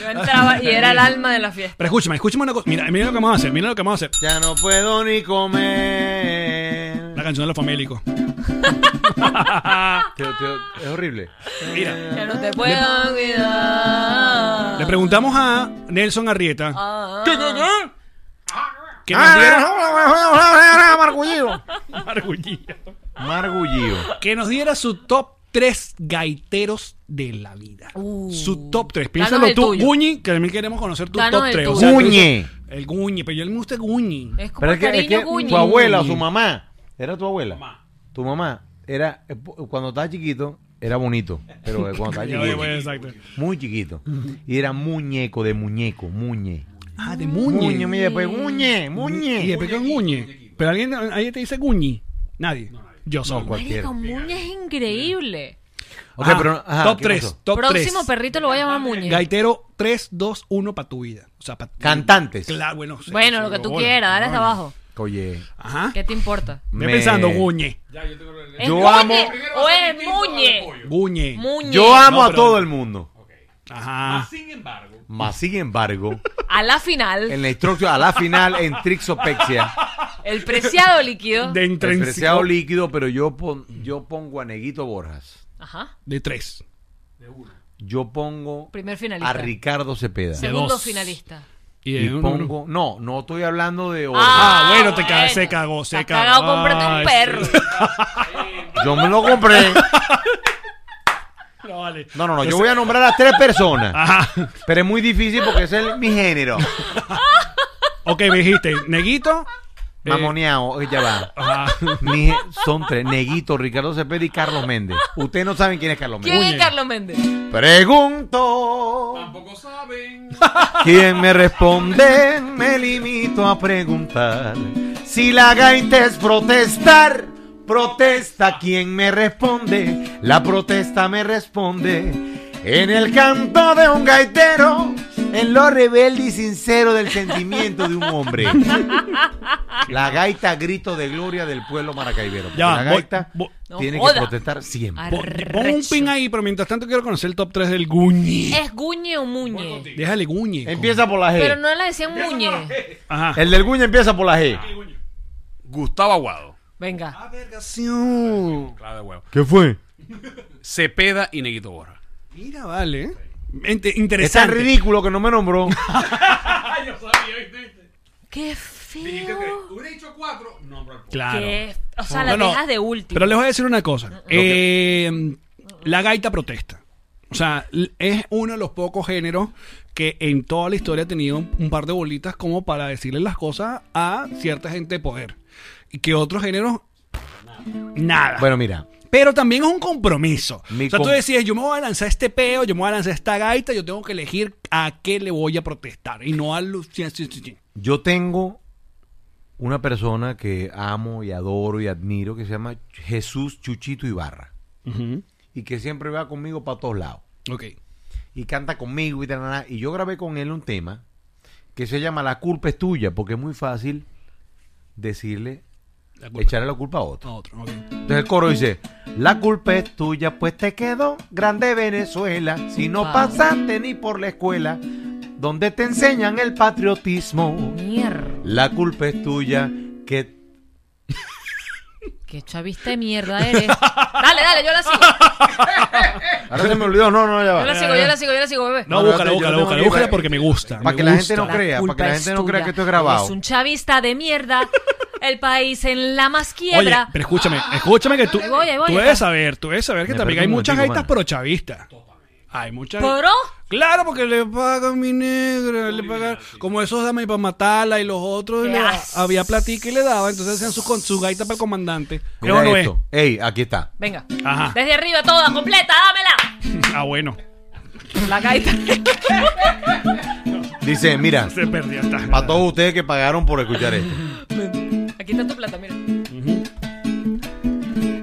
Speaker 3: Yo entraba y era el alma de la fiesta.
Speaker 2: Pero escúchame, escúchame una cosa. Mira, mira lo que vamos a hacer, mira lo que vamos a hacer.
Speaker 4: Ya no puedo ni comer.
Speaker 2: La canción de los famélicos.
Speaker 4: Te- te- es horrible.
Speaker 2: Mira.
Speaker 3: Ya no te puedo cuidar.
Speaker 2: Le preguntamos a Nelson Arrieta
Speaker 3: Ah,
Speaker 2: que nos diera,
Speaker 4: Margullío. Margullío.
Speaker 2: que nos diera su top 3 gaiteros de la vida.
Speaker 3: Uh.
Speaker 2: su top 3.
Speaker 3: Danos
Speaker 2: Piénsalo
Speaker 3: el
Speaker 2: tú,
Speaker 3: tuyo.
Speaker 2: Guñi, que también queremos conocer tu
Speaker 3: Danos
Speaker 2: top
Speaker 3: el
Speaker 2: 3.
Speaker 3: tuyo.
Speaker 2: tú dices,
Speaker 4: Guñi.
Speaker 2: el Guñi, pero yo le gusta Guñi.
Speaker 3: es como
Speaker 4: Pero es
Speaker 3: el
Speaker 4: que, es
Speaker 3: cariño
Speaker 4: que
Speaker 3: Guñi.
Speaker 4: tu abuela o su mamá. Era tu abuela. Tu mamá era eh, pu- cuando estaba chiquito era bonito,
Speaker 2: [laughs]
Speaker 4: pero eh, cuando estaba
Speaker 2: Ya, ya, ya,
Speaker 4: chiquito
Speaker 2: exacto.
Speaker 4: muy chiquito y era muñeco de muñeco, muñe.
Speaker 2: Ah, de
Speaker 4: Muñe,
Speaker 2: Muñe.
Speaker 4: mira, después muñe, muñe.
Speaker 2: Y después con Guñi. Pero alguien, alguien te dice Guñi. Nadie. Yo soy.
Speaker 3: Marico, Muña es increíble.
Speaker 4: Ok,
Speaker 2: Ah,
Speaker 4: pero ajá,
Speaker 2: top
Speaker 4: ¿qué
Speaker 2: 3,
Speaker 4: pasó?
Speaker 2: top 3.
Speaker 3: Próximo perrito lo voy a llamar Muña.
Speaker 2: Gaitero 3, 2, 1 para tu vida. O sea, pa' tu-
Speaker 4: Cantantes.
Speaker 2: Claro, bueno. sí,
Speaker 3: Bueno,
Speaker 2: sí,
Speaker 3: lo que tú
Speaker 2: bueno.
Speaker 3: quieras, dale hasta abajo.
Speaker 4: Oye,
Speaker 2: Ajá.
Speaker 3: ¿Qué te importa?
Speaker 2: Ve
Speaker 4: me-
Speaker 2: pensando, Guñe.
Speaker 5: Ya, yo tengo el-
Speaker 3: ¿Es
Speaker 4: Yo
Speaker 3: Muñe
Speaker 4: amo-
Speaker 3: o es
Speaker 5: Ahora
Speaker 3: Muñe?
Speaker 5: pollo.
Speaker 2: Guñe.
Speaker 3: Muñe.
Speaker 4: Yo amo
Speaker 2: No,
Speaker 4: a
Speaker 2: pero-
Speaker 4: todo el mundo. Ah,
Speaker 2: Ajá.
Speaker 5: Sin embargo,
Speaker 4: Más sin embargo,
Speaker 3: A la final,
Speaker 4: en
Speaker 3: el,
Speaker 4: la instrucción a la final en [laughs] trixopexia,
Speaker 3: preciado líquido.
Speaker 2: [laughs] De
Speaker 4: el
Speaker 2: intrínseco.
Speaker 4: preciado líquido, pero yo pon- yo pongo a Neguito Borjas.
Speaker 3: Ajá.
Speaker 2: De 3.
Speaker 4: Yo pongo
Speaker 3: Primer
Speaker 4: a
Speaker 3: finalista.
Speaker 4: Ricardo Cepeda.
Speaker 2: Sí.
Speaker 3: Segundo
Speaker 2: dos.
Speaker 3: finalista.
Speaker 2: Y, de
Speaker 4: Y
Speaker 2: uno, uno.
Speaker 4: pongo, no, no estoy hablando de orden.
Speaker 2: Ah, bueno, te ca- se cagó, se
Speaker 3: Te has
Speaker 2: cagó.
Speaker 3: cagado, cómprate
Speaker 2: Ay,
Speaker 3: un perro.
Speaker 4: Yo me lo compré.
Speaker 2: [laughs] No, vale.
Speaker 4: No, no, no, yo voy a nombrar a tres personas.
Speaker 2: Ajá.
Speaker 4: Pero es [laughs] Eh. muy difícil porque ese es el- mi género.
Speaker 2: Ok, me dijiste, Neguito,
Speaker 4: Mamoneado, eh, ya va. Ni- son tres. Neguito, Ricardo Cepeda y Carlos Méndez. Ustedes no saben quién es Carlos
Speaker 3: ¿Quién
Speaker 4: Méndez.
Speaker 3: es Carlos Méndez?
Speaker 4: Pregunto.
Speaker 5: Tampoco saben.
Speaker 4: [laughs] ¿Quién me responde? Me limito a preguntar. Si la gaita es protestar, protesta. ¿Quién me responde? La protesta me responde. En el canto de un gaitero, en lo rebelde y sincero del sentimiento de un hombre. La gaita grito de gloria del pueblo maracaibero.
Speaker 2: Ya,
Speaker 4: la
Speaker 2: voy-
Speaker 4: gaita
Speaker 2: voy-
Speaker 3: No
Speaker 4: tiene
Speaker 3: joda.
Speaker 4: que protestar siempre.
Speaker 2: Pon,
Speaker 3: Arrecho. Eh.
Speaker 2: pon un pin ahí, pero mientras tanto quiero conocer el top 3 del Guñi.
Speaker 3: ¿Es Guñe o
Speaker 5: Voy
Speaker 3: Muñe?
Speaker 5: contigo.
Speaker 2: Déjale Guñi. con-
Speaker 4: Empieza por la G.
Speaker 3: Pero no le decían Muñe.
Speaker 2: Ajá.
Speaker 4: El del Guña empieza por la G.
Speaker 5: Gustavo Aguado.
Speaker 3: Venga.
Speaker 5: Claro de huevo.
Speaker 4: ¿Qué fue?
Speaker 5: Cepeda y Neguito Borja.
Speaker 2: Mira, vale. Ente-
Speaker 4: Es tan
Speaker 2: interesante.
Speaker 4: ridículo que no me nombró.
Speaker 5: Ay, yo sabía, ¿viste?
Speaker 3: Qué
Speaker 5: Dijiste tres.
Speaker 3: feo.
Speaker 5: Hubiera dicho cuatro, nombra al
Speaker 2: Claro.
Speaker 3: Qué- O sea, la
Speaker 2: No, no,
Speaker 3: dejas de último.
Speaker 2: Pero les voy a decir una cosa. Eh, la gaita protesta. O sea, l- es uno de los pocos géneros que en toda la historia ha tenido un par de bolitas como para decirle las cosas a cierta gente de poder. Y que otros géneros, nada.
Speaker 4: Bueno, mira.
Speaker 2: Pero también es un compromiso.
Speaker 4: Mi
Speaker 2: o sea, tú
Speaker 4: com-
Speaker 2: decías, yo me voy a lanzar este peo, yo me voy a lanzar esta gaita, yo tengo que elegir a qué le voy a protestar y no a Lucía.
Speaker 4: Yo tengo una persona que amo y adoro y admiro que se llama Jesús Chuchito Ibarra. Y que siempre va conmigo para todos lados.
Speaker 2: Ok.
Speaker 4: Y canta conmigo y tal. tal, tal. Y yo grabé con él un tema que se llama La culpa es tuya, porque es muy fácil decirle,
Speaker 2: La culpa.
Speaker 4: echarle la culpa a otro.
Speaker 2: A otro, ok.
Speaker 4: Entonces el coro dice, la culpa es tuya, pues te quedó grande Venezuela, si no
Speaker 3: Wow.
Speaker 4: pasaste ni por la escuela, donde te enseñan el patriotismo.
Speaker 3: Mierda.
Speaker 4: La culpa es tuya, que...
Speaker 3: Qué chavista de mierda eres. Dale, dale, yo la sigo.
Speaker 4: [laughs] Ahora se me olvidó, no, no, ya
Speaker 3: Yo la
Speaker 4: va.
Speaker 3: sigo, yo la sigo, yo la sigo, bebé.
Speaker 2: No,
Speaker 4: No,
Speaker 2: búscala,
Speaker 4: yo
Speaker 2: búscala,
Speaker 4: tengo
Speaker 2: búscala,
Speaker 4: que-
Speaker 2: búscala porque me gusta.
Speaker 4: Para
Speaker 2: me
Speaker 4: que la
Speaker 2: gusta.
Speaker 4: gente no crea, para
Speaker 3: culpa
Speaker 4: que la
Speaker 3: es
Speaker 4: gente no
Speaker 3: tuya.
Speaker 4: crea que esto es grabado.
Speaker 3: Eres un chavista de mierda. El país en la más quiebra.
Speaker 2: Oye, pero escúchame, escúchame que tú,
Speaker 3: Ah. Ahí voy, ahí voy,
Speaker 2: tú
Speaker 3: ahí
Speaker 2: debes
Speaker 3: voy.
Speaker 2: saber, tú debes saber que
Speaker 4: Me
Speaker 2: también
Speaker 4: perdí
Speaker 2: hay
Speaker 4: un
Speaker 2: muchas
Speaker 4: momentico,
Speaker 2: gaitas
Speaker 4: mano.
Speaker 2: prochavistas. Hay muchas.
Speaker 3: ¿Poro?
Speaker 2: Claro, porque le pagan mi negra, le pagan como esos dame para matarla y los otros
Speaker 3: Qué
Speaker 2: le-
Speaker 3: asco.
Speaker 2: había platica y le daba, entonces hacían su, con, su gaita para el comandante.
Speaker 4: Mira
Speaker 2: Eso no es.
Speaker 4: esto. Ey, aquí está.
Speaker 3: Venga. [laughs]
Speaker 2: Ajá.
Speaker 3: Desde arriba toda, completa, dámela.
Speaker 2: Ah, bueno.
Speaker 3: La gaita.
Speaker 2: [laughs]
Speaker 4: Dice, mira,
Speaker 2: Se perdió
Speaker 4: para todos ustedes que pagaron por escuchar esto.
Speaker 3: [laughs] Aquí está tu plata, mira.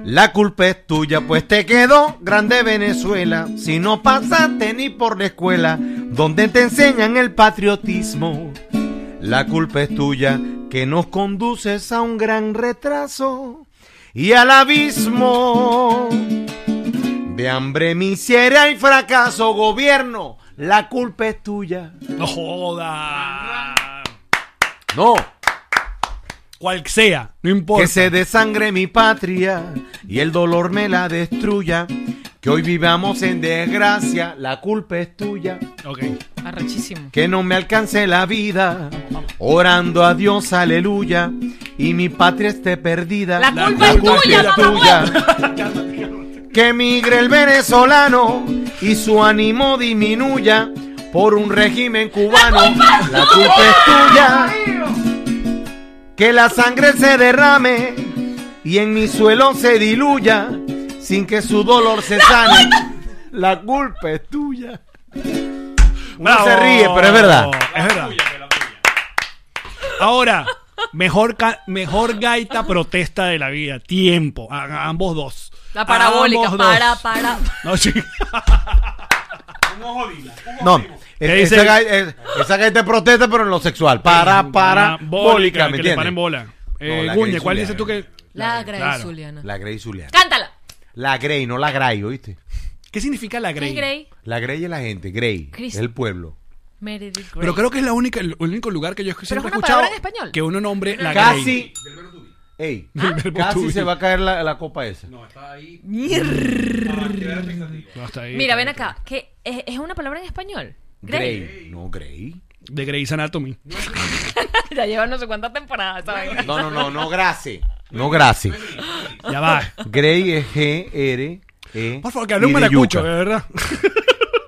Speaker 4: La culpa es tuya, pues te quedó grande Venezuela. Si no pasaste ni por la escuela, donde te enseñan el patriotismo. La culpa es tuya, que nos conduces a un gran retraso y al abismo. De hambre, miseria y fracaso, gobierno, la culpa es tuya.
Speaker 2: No joda.
Speaker 4: No,
Speaker 2: Cual sea, no importa.
Speaker 4: Que se desangre mi patria y el dolor me la destruya. Que hoy vivamos en desgracia, la culpa es tuya.
Speaker 2: Ok. [laughs]
Speaker 3: Arrechísimo.
Speaker 4: Que no me alcance la vida, orando a Dios, aleluya. Y mi patria esté perdida.
Speaker 3: La culpa es tuya,
Speaker 4: Que migre el venezolano y su ánimo disminuya por un régimen cubano. La culpa es tuya. Que la sangre se derrame y en mi suelo se diluya sin que su dolor se sane. La culpa es tuya. Uno
Speaker 2: Bravo.
Speaker 4: se ríe, pero es verdad.
Speaker 2: Es verdad. Ahora, mejor, ca- mejor gaita protesta de la vida. Tiempo. A, a ambos dos.
Speaker 3: La parabólica.
Speaker 2: Ambos dos.
Speaker 3: Para, para.
Speaker 2: No, sí.
Speaker 4: No,
Speaker 2: ¿Qué
Speaker 4: es-
Speaker 2: dice?
Speaker 4: esa, gai- es- esa gaita protesta, pero en lo sexual. Para, para, bólica, ¿me
Speaker 2: que le paren
Speaker 4: entiendes?
Speaker 2: bola. Eh,
Speaker 4: la
Speaker 2: Guñe,
Speaker 4: Grey
Speaker 2: ¿cuál
Speaker 4: Zuliana.
Speaker 2: dices tú que.?
Speaker 3: La
Speaker 2: Grey,
Speaker 3: Grey
Speaker 2: claro.
Speaker 3: Zuliana.
Speaker 4: La Grey Zuliana.
Speaker 3: Cántala.
Speaker 4: La Grey, no la Grey, ¿oíste?
Speaker 2: ¿Qué significa la Grey?
Speaker 3: Grey. Grey.
Speaker 4: La Grey es la gente, Grey,
Speaker 3: Chris.
Speaker 4: es el pueblo.
Speaker 3: Meredith Grey.
Speaker 2: Pero creo que es la única, el único lugar que yo he siempre
Speaker 3: es
Speaker 2: he
Speaker 3: una
Speaker 2: escuchado
Speaker 3: palabra en español.
Speaker 2: que uno nombre la Grey.
Speaker 4: Casi, ey,
Speaker 2: Del verbo to
Speaker 4: casi
Speaker 2: be.
Speaker 4: se va a caer la, la copa esa.
Speaker 2: No, hasta ahí.
Speaker 3: Mira, ven acá. ¿Qué es, es una palabra en español?
Speaker 4: Grey. no Grey.
Speaker 2: De Grey's Anatomy.
Speaker 3: [laughs] ya lleva no sé cuántas temporadas, ¿sabes?
Speaker 4: No, no, no, no gracias. No gracias.
Speaker 2: Ya
Speaker 4: [laughs]
Speaker 2: va.
Speaker 4: Grey es G R E.
Speaker 2: Por favor, que hable un
Speaker 4: y de
Speaker 2: maracucho, de
Speaker 4: yuca.
Speaker 2: verdad.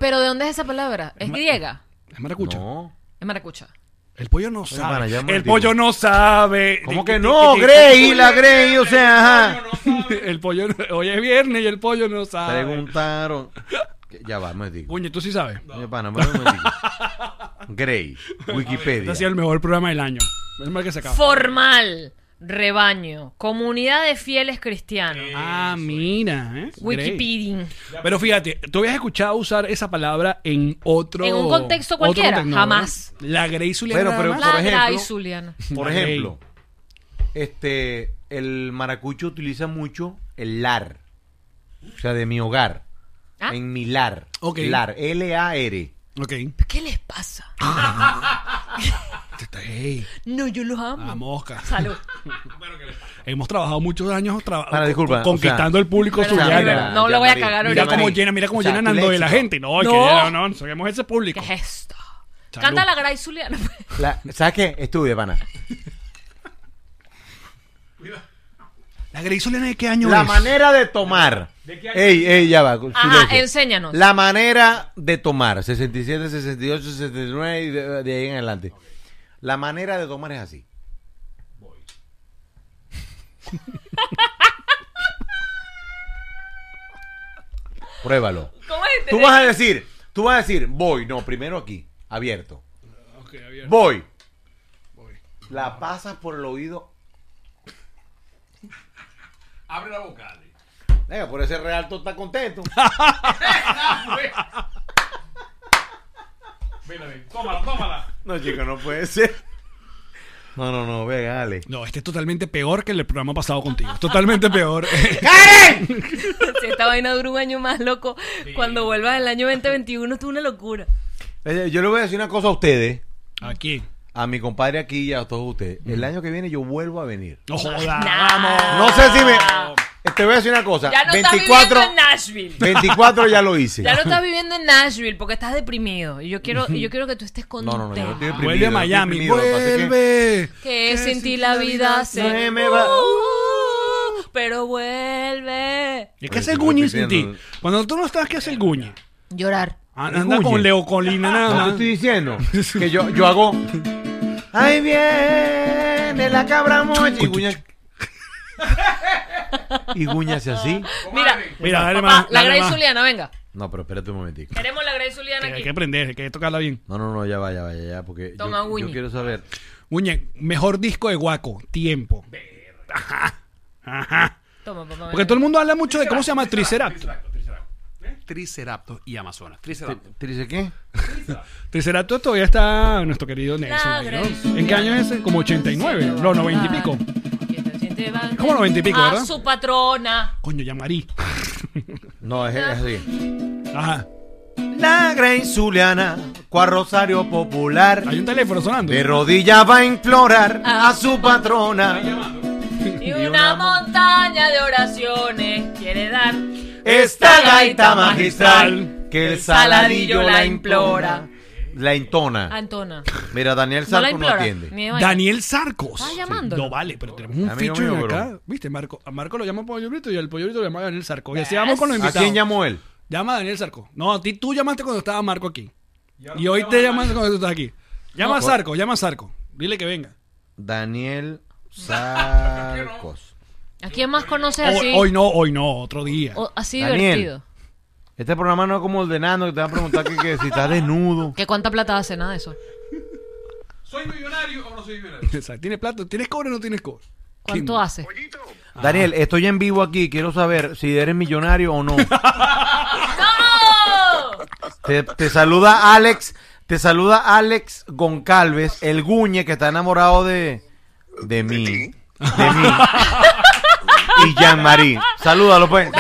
Speaker 3: ¿Pero de dónde es esa palabra? ¿Es griega?
Speaker 2: Es maracucho.
Speaker 4: No,
Speaker 3: Es maracucha.
Speaker 2: El pollo no sabe.
Speaker 4: pana, ya me
Speaker 2: el
Speaker 4: digo.
Speaker 2: pollo no sabe.
Speaker 4: ¿Cómo
Speaker 2: Di-
Speaker 4: que
Speaker 2: di-
Speaker 4: no?
Speaker 2: di-
Speaker 4: Grey, la Grey, o sea, ajá.
Speaker 2: El pollo, no- hoy es viernes y el pollo no sabe.
Speaker 4: Preguntaron. Ya va, me digo.
Speaker 2: Coño, tú sí sabes. Este
Speaker 4: Coño, pana, me lo digo. Grey, Wikipedia.
Speaker 2: ha sido el mejor programa del año. Es mal que se acaba.
Speaker 3: Formal, rebaño, comunidad de fieles cristianos.
Speaker 4: Eh,
Speaker 2: ah, mira. ¿eh? Grey.
Speaker 3: Wikipedia.
Speaker 2: Pero fíjate, tú habías escuchado usar esa palabra en otro...
Speaker 3: En un contexto
Speaker 2: otro
Speaker 3: cualquiera,
Speaker 2: contexto, ¿no?
Speaker 3: jamás.
Speaker 2: La Grey Zulia
Speaker 4: Bueno,
Speaker 2: nada
Speaker 4: pero-
Speaker 2: más.
Speaker 3: La
Speaker 4: Por ejemplo,
Speaker 3: Gray Zuliana.
Speaker 4: Por
Speaker 2: Ok.
Speaker 4: ejemplo, este, el maracucho utiliza mucho el lar. O sea, de mi hogar.
Speaker 3: Ah.
Speaker 4: En mi lar.
Speaker 2: Ok.
Speaker 4: Lar, L-A-R.
Speaker 2: Ok.
Speaker 3: ¿Qué les pasa?
Speaker 2: Te está- hey,
Speaker 3: No, yo los
Speaker 2: a
Speaker 3: amo.
Speaker 2: mosca.
Speaker 3: Salud.
Speaker 2: Hemos trabajado muchos años traba-
Speaker 4: Pana, disculpa,
Speaker 2: con- conquistando
Speaker 4: o sea,
Speaker 2: el público
Speaker 3: Pero,
Speaker 2: zuliano.
Speaker 3: mira,
Speaker 2: Mira,
Speaker 3: no lo voy a cagar ahorita.
Speaker 4: Marí.
Speaker 2: cómo llena, mira cómo
Speaker 4: O sea,
Speaker 2: llenan
Speaker 4: tu
Speaker 2: Ando de
Speaker 4: léxico.
Speaker 2: la gente. No,
Speaker 3: No.
Speaker 2: que ya, no, no, sabemos ese público.
Speaker 3: ¿Qué es esto?
Speaker 2: Salud.
Speaker 3: Canta la Gray
Speaker 4: [laughs]
Speaker 3: Zuliana.
Speaker 4: La- ¿Sabes qué? Estudia, pana.
Speaker 2: ¿La Grey Zuliana de qué año
Speaker 4: La
Speaker 2: es?
Speaker 4: manera de tomar. Ey, ey, ya va.
Speaker 3: Ajá,
Speaker 4: silencio.
Speaker 3: enséñanos.
Speaker 4: La manera de tomar. 67, 68, 69 y de, de ahí en adelante. La manera de tomar es así. [laughs] Pruébalo.
Speaker 3: ¿Cómo es?
Speaker 4: Tú vas a decir, tú vas a decir, voy, no, primero aquí, abierto. Voy. La pasas por el oído.
Speaker 5: Abre la boca, dale.
Speaker 4: Venga, por ese realto está [laughs] contento.
Speaker 5: Mira, ven. Tómala, tómala.
Speaker 4: No, chico, no puede ser. No, no, no, venga, dale.
Speaker 2: No, este es totalmente peor que el programa pasado contigo. Es Totalmente peor. [laughs]
Speaker 3: [laughs] Si esta vaina dura un año más, loco, cuando vuelvas el año 2021, tú una locura.
Speaker 4: Eh, Yo le voy a decir una cosa a ustedes,
Speaker 2: Aquí.
Speaker 4: a mi compadre aquí y a todos ustedes. El año que viene yo vuelvo a venir.
Speaker 2: No
Speaker 4: Ah,
Speaker 2: joda,
Speaker 3: Nah.
Speaker 2: vamos.
Speaker 4: No sé si me. Te voy a decir una cosa.
Speaker 3: Ah. Ya no estás
Speaker 4: 24,
Speaker 3: viviendo en Nashville.
Speaker 4: 24 ya lo hice.
Speaker 3: [laughs] Ya no estás viviendo en Nashville porque estás deprimido. Y yo quiero, y yo quiero que tú estés
Speaker 4: No,
Speaker 3: contento.
Speaker 4: no, no, yo no estoy deprimido,
Speaker 2: Vuelve a
Speaker 4: yo no estoy
Speaker 2: Miami.
Speaker 4: deprimido, lo que pasa es que-
Speaker 2: Vuelve.
Speaker 3: Que sin ti la vida se
Speaker 4: se me va.
Speaker 3: Uh, pero vuelve.
Speaker 2: ¿Y qué
Speaker 4: Oye,
Speaker 2: hace el
Speaker 4: yo
Speaker 2: guñi
Speaker 4: estoy
Speaker 2: sin ti?
Speaker 4: diciendo-
Speaker 2: Cuando tú no estás, ¿qué hace el guñi?
Speaker 3: Llorar.
Speaker 2: Ah,
Speaker 4: El
Speaker 2: Anda
Speaker 4: guñi.
Speaker 2: con Leocolina nada
Speaker 4: No te
Speaker 2: más.
Speaker 4: estoy diciendo
Speaker 2: [laughs]
Speaker 4: que yo, yo hago. Ahí viene la cabra mochi. Y Guña. [laughs] Y Guña hace así.
Speaker 3: Mira,
Speaker 2: Mira, dale
Speaker 3: papá,
Speaker 2: más.
Speaker 3: la
Speaker 2: dale
Speaker 3: Grey
Speaker 2: más.
Speaker 3: Zuliana, venga.
Speaker 4: No, pero espérate un momentico.
Speaker 3: Queremos la Grey Zuliana
Speaker 2: Hay
Speaker 3: aquí.
Speaker 2: que aprender, hay que tocarla bien.
Speaker 4: No, no, no, ya va, ya va, ya, ya, porque yo-
Speaker 3: Toma,
Speaker 4: yo,
Speaker 3: Guñi.
Speaker 4: quiero saber.
Speaker 2: Guñe, mejor disco de Guaco. Tiempo. Ajá. Ajá.
Speaker 3: Toma, papá.
Speaker 2: Porque todo el mundo habla mucho de cómo se llama Triceratops.
Speaker 5: Tricerapto, tricerapto. Tricerapto y Amazonas. Tricerapto.
Speaker 4: ¿Te dice qué?
Speaker 2: Triceratops todavía está nuestro querido Nelson.
Speaker 3: Grey
Speaker 2: ¿no?
Speaker 3: Zuliana.
Speaker 2: ¿En qué año es ese? Como 89, no, 90 y pico. Como 90 y pico,
Speaker 3: A
Speaker 2: ¿verdad?
Speaker 3: su patrona.
Speaker 2: Coño, llamarí.
Speaker 4: No, es, es así.
Speaker 2: Ajá.
Speaker 4: La Grey Zuliana, cual Rosario Popular,
Speaker 2: Hay un teléfono sonando.
Speaker 4: de rodillas va a implorar a su patrona.
Speaker 3: Y una montaña de oraciones quiere dar.
Speaker 4: Esta gaita magistral, que el saladillo la implora. La entona.
Speaker 3: Antona.
Speaker 4: Mira, Daniel
Speaker 3: Ah, No la
Speaker 4: Sarco no,
Speaker 3: implora.
Speaker 4: atiende.
Speaker 3: ni de vaina.
Speaker 2: Daniel Sarcos.
Speaker 3: Estaba llamándolo.
Speaker 2: No vale, pero tenemos un
Speaker 4: Amigo
Speaker 2: feature
Speaker 4: mío,
Speaker 2: acá.
Speaker 4: bro.
Speaker 2: ¿Viste? Marco, a Marco lo llama Pollo Brito y al Pollo Brito lo llama Daniel Sarcos. Y así vamos con los
Speaker 4: ¿A
Speaker 2: invitados.
Speaker 4: quién llamó él?
Speaker 2: Llama a Daniel Sarcos. No, a ti tú llamaste cuando estaba Marco aquí. Y hoy te llamas cuando tú estás aquí. Llama
Speaker 3: pues.
Speaker 2: a Sarco, llama a Sarco. Dile que venga.
Speaker 4: Daniel Sarcos.
Speaker 3: ¿A quién más conoces
Speaker 2: Hoy,
Speaker 3: así?
Speaker 2: hoy no, hoy no, otro día.
Speaker 3: O- así
Speaker 4: Daniel.
Speaker 3: divertido.
Speaker 4: Este programa no es como el de Nano, que te van a preguntar que, que si estás
Speaker 3: [laughs]
Speaker 4: desnudo.
Speaker 3: ¿Qué cuánta plata hace nada de eso?
Speaker 5: ¿Soy millonario o no soy
Speaker 2: [laughs]
Speaker 5: millonario?
Speaker 2: O sea, ¿Tienes plato? ¿Tienes cobre o no tienes cobre?
Speaker 3: ¿Cuánto
Speaker 2: ¿Quién?
Speaker 3: hace? Ah.
Speaker 4: Daniel, estoy en vivo aquí, quiero saber si eres millonario o no.
Speaker 3: ¡No!
Speaker 4: Te, te saluda Alex, te saluda Alex Goncalves, el guñe que está enamorado de de mí, de mí. Y Jean-Marie. Salúdalo pues.
Speaker 6: Si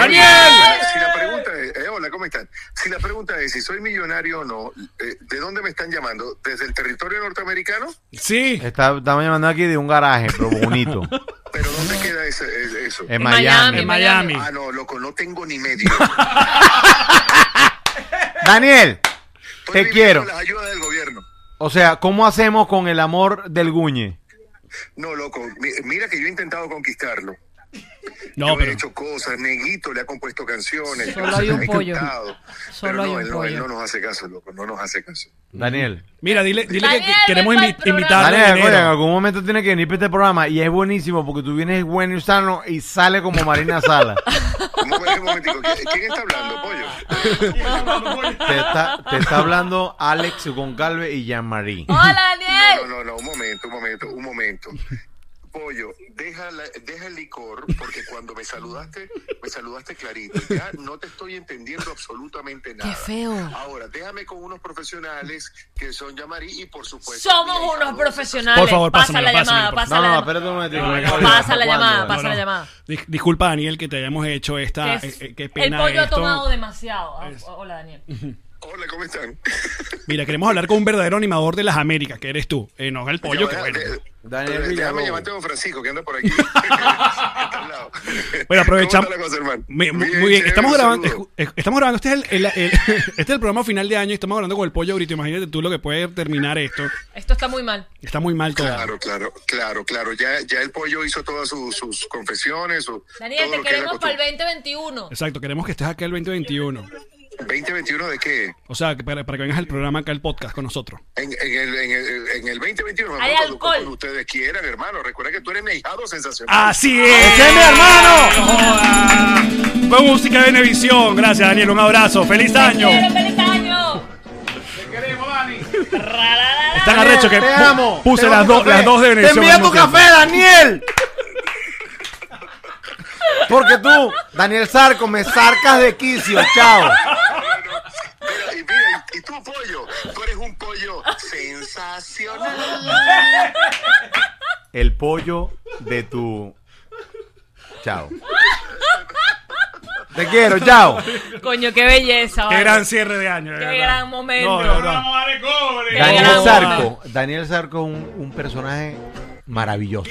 Speaker 6: la pregunta es, eh, hola, ¿cómo están? Si la pregunta es si soy millonario o no, eh, ¿de dónde me están llamando? ¿Desde el territorio norteamericano?
Speaker 2: Sí.
Speaker 4: Está, estamos llamando aquí de un garaje, pero [laughs] bonito.
Speaker 6: ¿Pero dónde queda ese- es- eso?
Speaker 4: En Miami.
Speaker 2: En Miami.
Speaker 6: Ah, no, loco, no tengo ni medio.
Speaker 4: Daniel,
Speaker 6: Estoy
Speaker 4: te
Speaker 6: viviendo
Speaker 4: quiero.
Speaker 6: Las ayudas del gobierno.
Speaker 4: O sea, ¿cómo hacemos con el amor del guñe?
Speaker 6: No, loco, mi- mira que yo he intentado conquistarlo.
Speaker 2: No,
Speaker 6: Yo
Speaker 2: pero-
Speaker 6: he hecho cosas, Neguito le ha compuesto canciones.
Speaker 3: Solo hay un
Speaker 6: he
Speaker 3: pollo.
Speaker 6: cantado.
Speaker 3: Solo
Speaker 6: pero
Speaker 3: hay
Speaker 6: no,
Speaker 3: un
Speaker 6: él, no, él
Speaker 3: pollo.
Speaker 6: no nos hace caso, loco, no nos hace caso.
Speaker 4: Daniel.
Speaker 2: Mira, dile, dile que- que
Speaker 3: Daniel,
Speaker 2: queremos
Speaker 3: ven
Speaker 2: invi-
Speaker 3: pa'l programa.
Speaker 2: invitarlo en
Speaker 4: Daniel, coño, en
Speaker 2: enero.
Speaker 4: algún momento tiene que venir para este programa y es buenísimo porque tú vienes bueno y sano y sale como Marina Sala. [laughs]
Speaker 6: Un momento, un momentico. ¿Qui- ¿Quién está hablando, pollo?
Speaker 4: te, está, te está hablando Alex Goncalve y Jean-Marie.
Speaker 3: ¡Hola,
Speaker 6: No,
Speaker 3: Daniel!
Speaker 6: no, no, un momento, un momento, un momento. Pollo, deja, la- deja el licor porque cuando me saludaste, me saludaste clarito. Ya no te estoy entendiendo absolutamente nada.
Speaker 3: ¡Qué feo!
Speaker 6: Ahora, déjame con unos profesionales que son Yamari y por supuesto.
Speaker 3: Somos
Speaker 6: Miguel
Speaker 3: unos
Speaker 6: Carlos.
Speaker 3: profesionales.
Speaker 2: Por favor,
Speaker 3: pasa la
Speaker 2: pásamelo,
Speaker 3: llamada,
Speaker 2: pásamelo,
Speaker 3: pasa
Speaker 4: No,
Speaker 3: la
Speaker 4: no,
Speaker 3: llamada.
Speaker 4: espérate un momento.
Speaker 3: Pasa la llamada,
Speaker 4: ¿Cuándo?
Speaker 3: pasa la llamada.
Speaker 2: Dis- Disculpa, Daniel, que te hayamos hecho esta.
Speaker 3: Que es-
Speaker 2: eh, eh, qué
Speaker 3: el
Speaker 2: pena
Speaker 3: pollo ha
Speaker 2: esto.
Speaker 3: tomado demasiado. Ah, Hola, Daniel.
Speaker 6: Hola, ¿cómo están?
Speaker 2: Mira, queremos hablar con un verdadero animador de las Américas, que eres tú. Eh, no, el pollo, que
Speaker 6: Yo,
Speaker 2: bueno.
Speaker 6: eh, eh,
Speaker 4: Daniel
Speaker 6: eh,
Speaker 4: Villalobos.
Speaker 6: Déjame llamarte a don Francisco, que
Speaker 3: [laughs]
Speaker 6: anda por aquí. [laughs] Está al lado.
Speaker 2: Bueno, aprovechamos.
Speaker 6: ¿Cómo está la cosa, hermano?
Speaker 2: Mi- Muy,
Speaker 6: Bien,
Speaker 2: muy bien,
Speaker 6: chévere,
Speaker 2: estamos grabando.
Speaker 6: saludo.
Speaker 2: escu- escu- Estamos grabando. Este es el, el- el- [laughs] este es el programa final de año y estamos hablando con el pollo ahorita. Imagínate tú lo que puede terminar esto.
Speaker 3: Esto está muy mal.
Speaker 2: Está muy mal todo.
Speaker 6: Claro, claro, claro, claro. Ya, ya el pollo hizo todas sus, sus confesiones. Su,
Speaker 3: Daniel,
Speaker 6: todo
Speaker 3: te
Speaker 6: lo que es la
Speaker 3: queremos para el
Speaker 6: costumbre.
Speaker 3: 2021.
Speaker 2: Exacto, queremos que estés acá el 2021.
Speaker 6: 2021 de qué?
Speaker 2: O sea, que para, para que vengas al programa acá, el podcast con nosotros.
Speaker 6: En, en el, en, el, en el 2021,
Speaker 3: Hay
Speaker 6: cuando-
Speaker 3: alcohol.
Speaker 6: cuando ustedes quieran, hermano. Recuerda que tú eres mi ahijado sensacional.
Speaker 2: ¡Así es! ¡Ese es mi hermano! Joda. Con música de Venevisión. Gracias, Daniel. Un abrazo. ¡Feliz Este año!
Speaker 3: ¡Quiero feliz año!
Speaker 2: Están arrecho que
Speaker 4: Te
Speaker 2: pu-
Speaker 4: amo.
Speaker 2: puse
Speaker 4: Te
Speaker 2: las,
Speaker 4: mando
Speaker 2: dos-
Speaker 4: café.
Speaker 2: las dos de
Speaker 4: Te
Speaker 2: Venevisión.
Speaker 4: envío
Speaker 2: al
Speaker 4: tu
Speaker 2: mismo tiempo.
Speaker 4: café, Daniel. Porque tú, Daniel Sarco, me sarcas de quicio. Chao.
Speaker 6: Bueno, mira, y mira, y, y tú, pollo, tú eres un pollo sensacional.
Speaker 4: El pollo de tu. Chao. Te quiero, chao.
Speaker 3: Coño, qué belleza.
Speaker 2: ¡Qué
Speaker 3: vale.
Speaker 2: gran cierre de año! de
Speaker 3: Qué
Speaker 2: verdad.
Speaker 3: gran momento.
Speaker 2: No, no, no.
Speaker 3: Qué
Speaker 4: Daniel
Speaker 3: gran momento.
Speaker 4: Sarco. Daniel Sarco es un, un personaje maravilloso.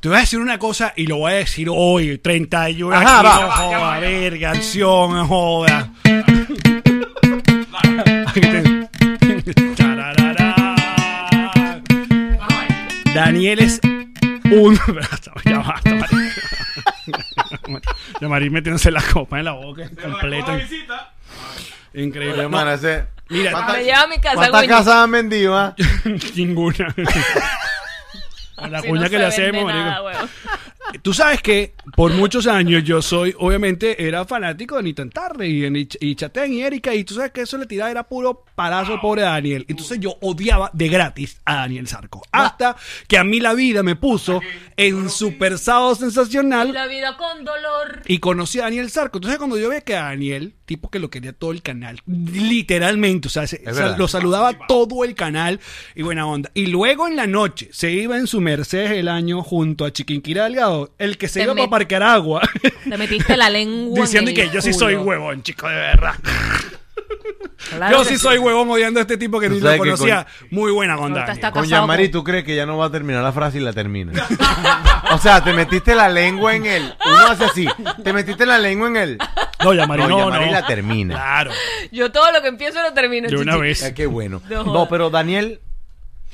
Speaker 2: Te voy a decir una cosa y lo voy a decir hoy, 31.
Speaker 4: Ajá,
Speaker 2: aquí,
Speaker 4: va.
Speaker 2: no joda, verga, acción, joda. [laughs] Aquí te- Tararara. Daniel es un... [laughs] Basta, ya basta, Marín. Ya Marín metiéndose la copa en la boca completa.
Speaker 4: [laughs] Oye,
Speaker 2: Increíble.
Speaker 4: hermana, ese-
Speaker 2: Mira.
Speaker 3: Me lleva a mi casa,
Speaker 4: ¿Cuántas
Speaker 3: Winnie.
Speaker 4: casas han vendido?
Speaker 3: [laughs]
Speaker 4: ah?
Speaker 2: [laughs] Ninguna. A la
Speaker 3: Si
Speaker 2: cuña que
Speaker 3: no se
Speaker 2: le
Speaker 3: vende
Speaker 2: hacemos,
Speaker 3: nada,
Speaker 2: marico.
Speaker 3: huevón.
Speaker 2: Tú sabes que por muchos años yo soy, obviamente, era fanático de Nitan Tarde y, de Nich- y Chatén y Erika, y tú sabes que eso le tiraba era puro palazo al pobre Daniel. Entonces yo odiaba de gratis a Daniel Sarco. Hasta que a mí la vida me puso en Super Sábado Sensacional
Speaker 3: La vida con dolor.
Speaker 2: y conocí a Daniel Sarco. Entonces cuando yo veía que a Daniel, tipo que lo quería todo el canal, literalmente, o sea, se-
Speaker 4: Es
Speaker 2: sal-
Speaker 4: verdad.
Speaker 2: lo saludaba todo el canal y buena onda. Y luego en la noche se iba en su Mercedes el año junto a Chiquinquirá Delgado, el que se
Speaker 3: Te
Speaker 2: iba para
Speaker 3: met-
Speaker 2: Parque
Speaker 3: [laughs]
Speaker 2: Aragua,
Speaker 3: Te metiste la lengua.
Speaker 2: [laughs]
Speaker 3: en
Speaker 2: diciendo
Speaker 3: el
Speaker 2: que yo sí
Speaker 3: culo.
Speaker 2: soy huevón, chico, de verdad.
Speaker 3: Claro
Speaker 2: Yo
Speaker 3: que
Speaker 2: sí soy huevón odiando a este tipo que
Speaker 4: Tú
Speaker 2: ni lo
Speaker 4: sabes que
Speaker 2: conocía. Muy buena onda.
Speaker 3: Ahorita
Speaker 2: Daniel.
Speaker 3: está
Speaker 4: Con
Speaker 3: casado
Speaker 4: Yamari, ¿tú crees que ya no va a terminar la frase y la termina?
Speaker 3: [laughs]
Speaker 4: o sea, te metiste la lengua en él. Uno hace así. Te metiste la lengua en [laughs] él.
Speaker 2: No, Yamari,
Speaker 4: No,
Speaker 2: no, no.
Speaker 4: Yamari la termina.
Speaker 2: Claro,
Speaker 3: Yo todo lo que empiezo lo termino.
Speaker 2: de una
Speaker 3: chichi.
Speaker 2: vez.
Speaker 4: Ah, qué bueno.
Speaker 3: No
Speaker 4: No,
Speaker 3: jodas.
Speaker 4: pero Daniel.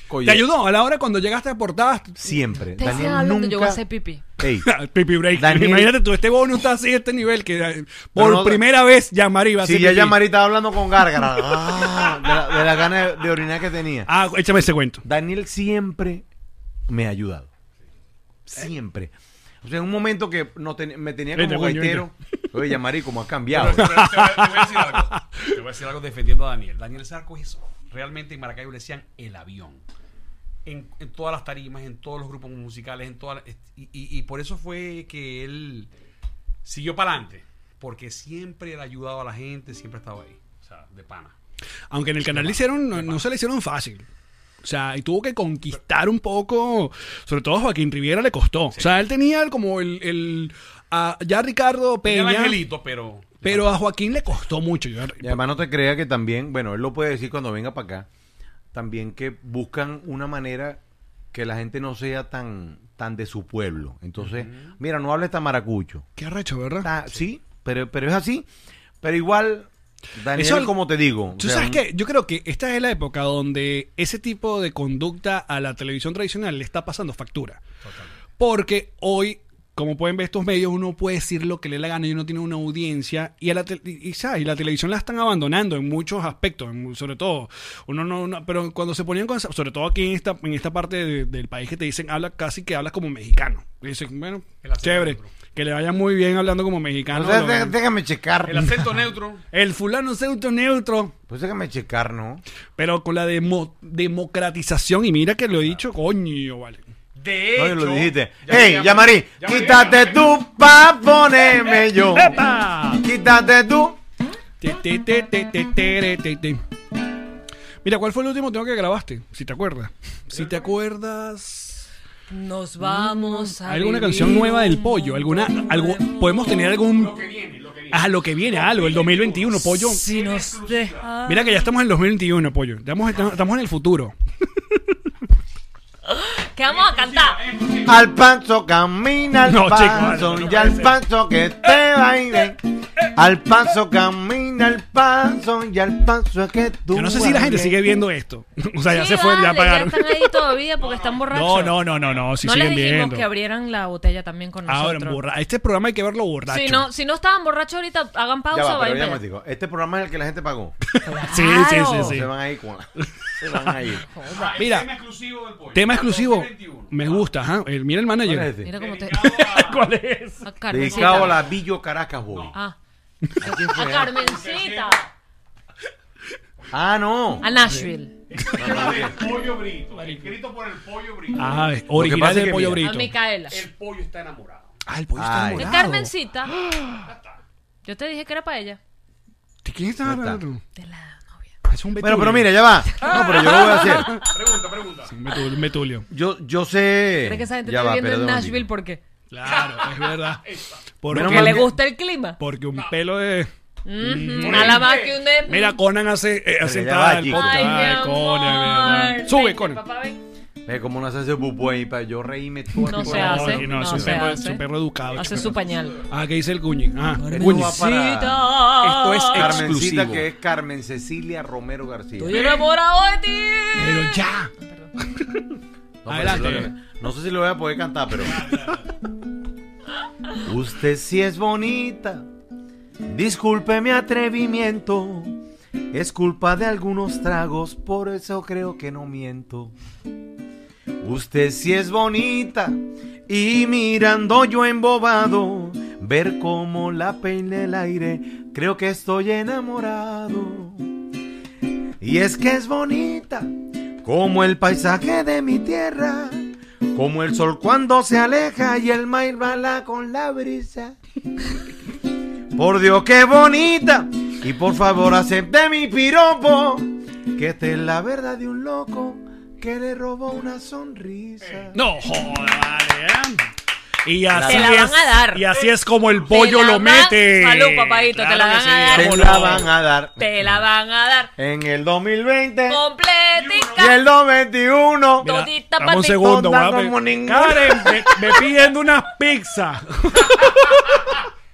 Speaker 4: coño,
Speaker 2: ¿Te ayudó? A la hora cuando llegaste a portadas,
Speaker 4: Siempre.
Speaker 3: Te
Speaker 4: Daniel
Speaker 3: están hablando,
Speaker 4: nunca.
Speaker 3: yo voy a hacer pipí.
Speaker 4: Ey, [laughs]
Speaker 2: Pipi break.
Speaker 4: Daniel-
Speaker 2: Imagínate tú, este bonus está así, este nivel, que eh, por
Speaker 4: no, no,
Speaker 2: primera vez Yamari va a
Speaker 4: si
Speaker 2: ser
Speaker 4: ya
Speaker 2: pipí.
Speaker 4: Yamari estaba hablando con Gárgara. ah, de, la, de la gana de, de orinar que tenía.
Speaker 2: Ah, échame ese cuento.
Speaker 4: Daniel siempre me ha ayudado. Siempre. O sea, en un momento que no ten- me tenía
Speaker 2: Vente,
Speaker 4: como
Speaker 2: coño,
Speaker 4: gaitero. Oye, Yamari, como
Speaker 2: [laughs]
Speaker 4: ha cambiado.
Speaker 5: Pero te, voy a- te voy a decir algo.
Speaker 4: [laughs]
Speaker 5: Te voy a decir algo defendiendo a Daniel. Daniel Sarco es realmente en Maracaibo le decían el avión. En, en todas las tarimas, en todos los grupos musicales, en todas las- y, y- y por eso fue que él siguió para adelante. Porque siempre él ha ayudado a la gente, siempre ha estado ahí. O sea, de pana.
Speaker 2: Aunque en el canal le hicieron, no, no se le hicieron fácil. O sea, y tuvo que conquistar un poco. Sobre todo a Joaquín Riviera le costó. O sea, él tenía como el. el- a- ya Ricardo
Speaker 5: Tenía el
Speaker 2: Peña.
Speaker 5: angelito, pero.
Speaker 2: Pero a Joaquín le costó mucho. Yo-
Speaker 4: Y además no te creas que también, bueno, él lo puede decir cuando venga para acá, también que buscan una manera que la gente no sea tan, tan de su pueblo. Entonces, mira, no hables tan maracucho.
Speaker 2: Qué arrecho, ¿verdad?
Speaker 4: Ta- sí, pero, pero es así. Pero igual, Daniel,
Speaker 2: Eso es-
Speaker 4: como te digo.
Speaker 2: ¿Tú
Speaker 4: o sea,
Speaker 2: sabes
Speaker 4: un-
Speaker 2: qué? Yo creo que esta es la época donde ese tipo de conducta a la televisión tradicional le está pasando factura. Porque hoy como pueden ver estos medios, uno puede decir lo que le dé la gana y uno tiene una audiencia. Y, a la, te- y, y, ¿sabes? y la televisión la están abandonando en muchos aspectos, en- sobre todo. uno no, no- Pero cuando se ponían con... esa- Sobre todo aquí en esta, en esta parte de- del país que te dicen, habla casi que hablas como mexicano. Y dicen, bueno,
Speaker 5: El acento
Speaker 2: chévere,
Speaker 5: neutro.
Speaker 2: que le vaya muy bien hablando como mexicano.
Speaker 4: O sea,
Speaker 2: Lo-
Speaker 4: dé- déjame checar.
Speaker 2: [laughs]
Speaker 5: El acento neutro.
Speaker 2: el fulano pseudo neutro.
Speaker 4: Pues déjame checar, ¿no?
Speaker 2: Pero con la demo- democratización, y mira que lo he dicho, coño, vale.
Speaker 5: De
Speaker 4: No,
Speaker 5: hecho.
Speaker 4: y lo dijiste.
Speaker 5: Ya
Speaker 4: ¡Ey,
Speaker 5: me-
Speaker 4: Yamari!
Speaker 5: ya me-
Speaker 4: ¡Quítate tú pa' ponerme yo!
Speaker 2: ¡Epa!
Speaker 4: ¡Quítate tú!
Speaker 2: Te, te, te, te, te, te, te, te. Mira, ¿cuál fue el último tema que grabaste? Si te acuerdas. Si te acuerdas.
Speaker 3: Nos vamos a.
Speaker 2: Mm. ¿Alguna
Speaker 3: vivir
Speaker 2: canción nueva del
Speaker 3: un
Speaker 2: pollo? ¿Alguna?
Speaker 3: mundo
Speaker 2: Algo,
Speaker 3: nuevo.
Speaker 2: ¿Podemos tener algún.?
Speaker 5: que viene, lo que viene.
Speaker 2: Ah, lo que viene, algo, el 2021, pollo.
Speaker 3: Si nos deja.
Speaker 2: Mira que ya estamos en el 2021, pollo. Estamos, estamos en el futuro.
Speaker 3: Que vamos a cantar.
Speaker 4: Al panzo camina al
Speaker 2: No, chico,
Speaker 4: panzo
Speaker 2: no, no
Speaker 4: y al panzo que te baile. Al panzo camina al panzo y al panzo que tú.
Speaker 2: Yo no sé si la gente
Speaker 4: bailes.
Speaker 2: sigue viendo esto. [laughs] O sea, ya
Speaker 3: Sí,
Speaker 2: se fue,
Speaker 3: dale,
Speaker 2: ya apagaron.
Speaker 3: están ahí todavía porque están borrachos.
Speaker 2: No, no, no, no, no, si
Speaker 3: no les
Speaker 2: siguen
Speaker 3: dijimos
Speaker 2: viendo.
Speaker 3: que abrieran la botella también con
Speaker 2: Ahora,
Speaker 3: nosotros.
Speaker 2: borra- este programa hay que verlo borracho.
Speaker 3: si no, si no estaban borrachos ahorita, hagan pausa,
Speaker 4: Ya va, pero
Speaker 3: vayan
Speaker 4: ya
Speaker 3: para
Speaker 4: me digo, este programa es el que la gente pagó.
Speaker 3: allá.
Speaker 2: Sí, sí, [laughs]
Speaker 3: Claro.
Speaker 2: sí, sí.
Speaker 4: Se van a ir con la. Se van
Speaker 2: [laughs]
Speaker 4: a ir.
Speaker 5: Ah, el
Speaker 2: Mira.
Speaker 5: Tema exclusivo del pollo.
Speaker 2: Tema exclusivo.
Speaker 5: 2021.
Speaker 2: Me gusta, ajá. El- Mira el manager.
Speaker 4: ¿Cuál es este?
Speaker 3: Mira cómo te.
Speaker 5: Dedicado
Speaker 2: [laughs]
Speaker 5: a-
Speaker 2: ¿Cuál es?
Speaker 3: A Carmencita.
Speaker 4: Dedicado a la Villo Caracas, boy.
Speaker 3: Ah. A Carmencita.
Speaker 4: Ah, no.
Speaker 3: A Nashville.
Speaker 5: Tema del pollo brito. Escrito por el pollo brito.
Speaker 2: Ah, es
Speaker 4: pasa
Speaker 2: original
Speaker 4: es
Speaker 2: del
Speaker 4: que
Speaker 2: pollo
Speaker 4: mira-
Speaker 3: A
Speaker 2: brito.
Speaker 3: Micaela.
Speaker 5: El pollo está enamorado.
Speaker 2: Ah, el pollo está
Speaker 4: Ay.
Speaker 3: De
Speaker 2: enamorado.
Speaker 3: Carmencita. [gasps] Yo te dije que era para ella.
Speaker 2: ¿De quién está
Speaker 4: está.
Speaker 2: hablando?
Speaker 3: De la novia.
Speaker 2: Es un betulio.
Speaker 4: Bueno, pero mira, ya va. No, pero yo lo voy a hacer.
Speaker 5: Pregunta, pregunta.
Speaker 2: Un betulio. un betulio.
Speaker 4: Yo, yo sé.
Speaker 3: ¿Crees que esa gente
Speaker 4: Ya
Speaker 3: está
Speaker 4: va,
Speaker 3: viviendo en
Speaker 4: espérate un
Speaker 3: Nashville
Speaker 4: momentito.
Speaker 3: porque,
Speaker 2: Claro, es verdad. Porque,
Speaker 3: porque le gusta el clima?
Speaker 2: porque un pelo de.
Speaker 3: Ujú, Nada más que un de.
Speaker 2: Mira, Conan hace, eh, hace
Speaker 4: ya
Speaker 2: entrada
Speaker 4: va,
Speaker 2: al
Speaker 4: chico.
Speaker 2: podcast.
Speaker 3: Ay, mi
Speaker 2: Ay, Conan,
Speaker 3: amor.
Speaker 2: ¿verdad? Sube,
Speaker 3: Vente,
Speaker 2: Conan.
Speaker 3: papá, ven.
Speaker 4: Ve cómo no se hace pupú ahí para yo reírme todo el
Speaker 3: No
Speaker 4: tiempo.
Speaker 3: se hace.
Speaker 2: no, es
Speaker 3: no
Speaker 2: un
Speaker 3: se
Speaker 2: perro-
Speaker 3: hace.
Speaker 2: es un perro educado,
Speaker 3: Hace
Speaker 2: chico.
Speaker 3: su pañal.
Speaker 2: Ah, ¿qué dice el Guñi? Ah,
Speaker 4: Esto
Speaker 2: Guñi.
Speaker 4: va para
Speaker 3: Esto
Speaker 7: es ex-
Speaker 4: Carmencita,
Speaker 7: Exclusivo.
Speaker 4: que es Carmen Cecilia Romero García.
Speaker 3: Estoy enamorado de ti.
Speaker 2: Pero ya.
Speaker 3: [laughs]
Speaker 4: No, pero
Speaker 2: Adelante.
Speaker 4: sí lo- no sé si lo voy a poder cantar, pero. Usted sí es bonita. Disculpe mi atrevimiento. Es culpa de algunos tragos, por eso creo que no miento. Usted sí es bonita. Y mirando yo embobado, ver cómo la peina el aire, creo que estoy enamorado. Y es que es bonita, como el paisaje de mi tierra, como el sol cuando se aleja y el maíz bala con la brisa. Por Dios, qué bonita, y por favor acepte mi piropo, que esta es la verdad de un loco que le robó una sonrisa.
Speaker 2: No joda, vale, ¿eh? Y así,
Speaker 3: Te la van
Speaker 2: es,
Speaker 3: a dar.
Speaker 2: y así es como el pollo
Speaker 3: la
Speaker 2: lo
Speaker 3: van-
Speaker 2: mete.
Speaker 3: Salud, papadito, te la
Speaker 2: que
Speaker 3: van a
Speaker 4: Te
Speaker 2: cómo
Speaker 4: la
Speaker 2: no.
Speaker 4: van a dar
Speaker 3: Te la van a dar
Speaker 4: en el 2020 y
Speaker 3: completica.
Speaker 4: el 2021.
Speaker 2: Mira,
Speaker 3: Todita
Speaker 2: dame un
Speaker 3: patito.
Speaker 2: segundo,
Speaker 4: Tonta
Speaker 2: guapo.
Speaker 4: como ninguna.
Speaker 2: Karen, me, me pidiendo unas pizzas.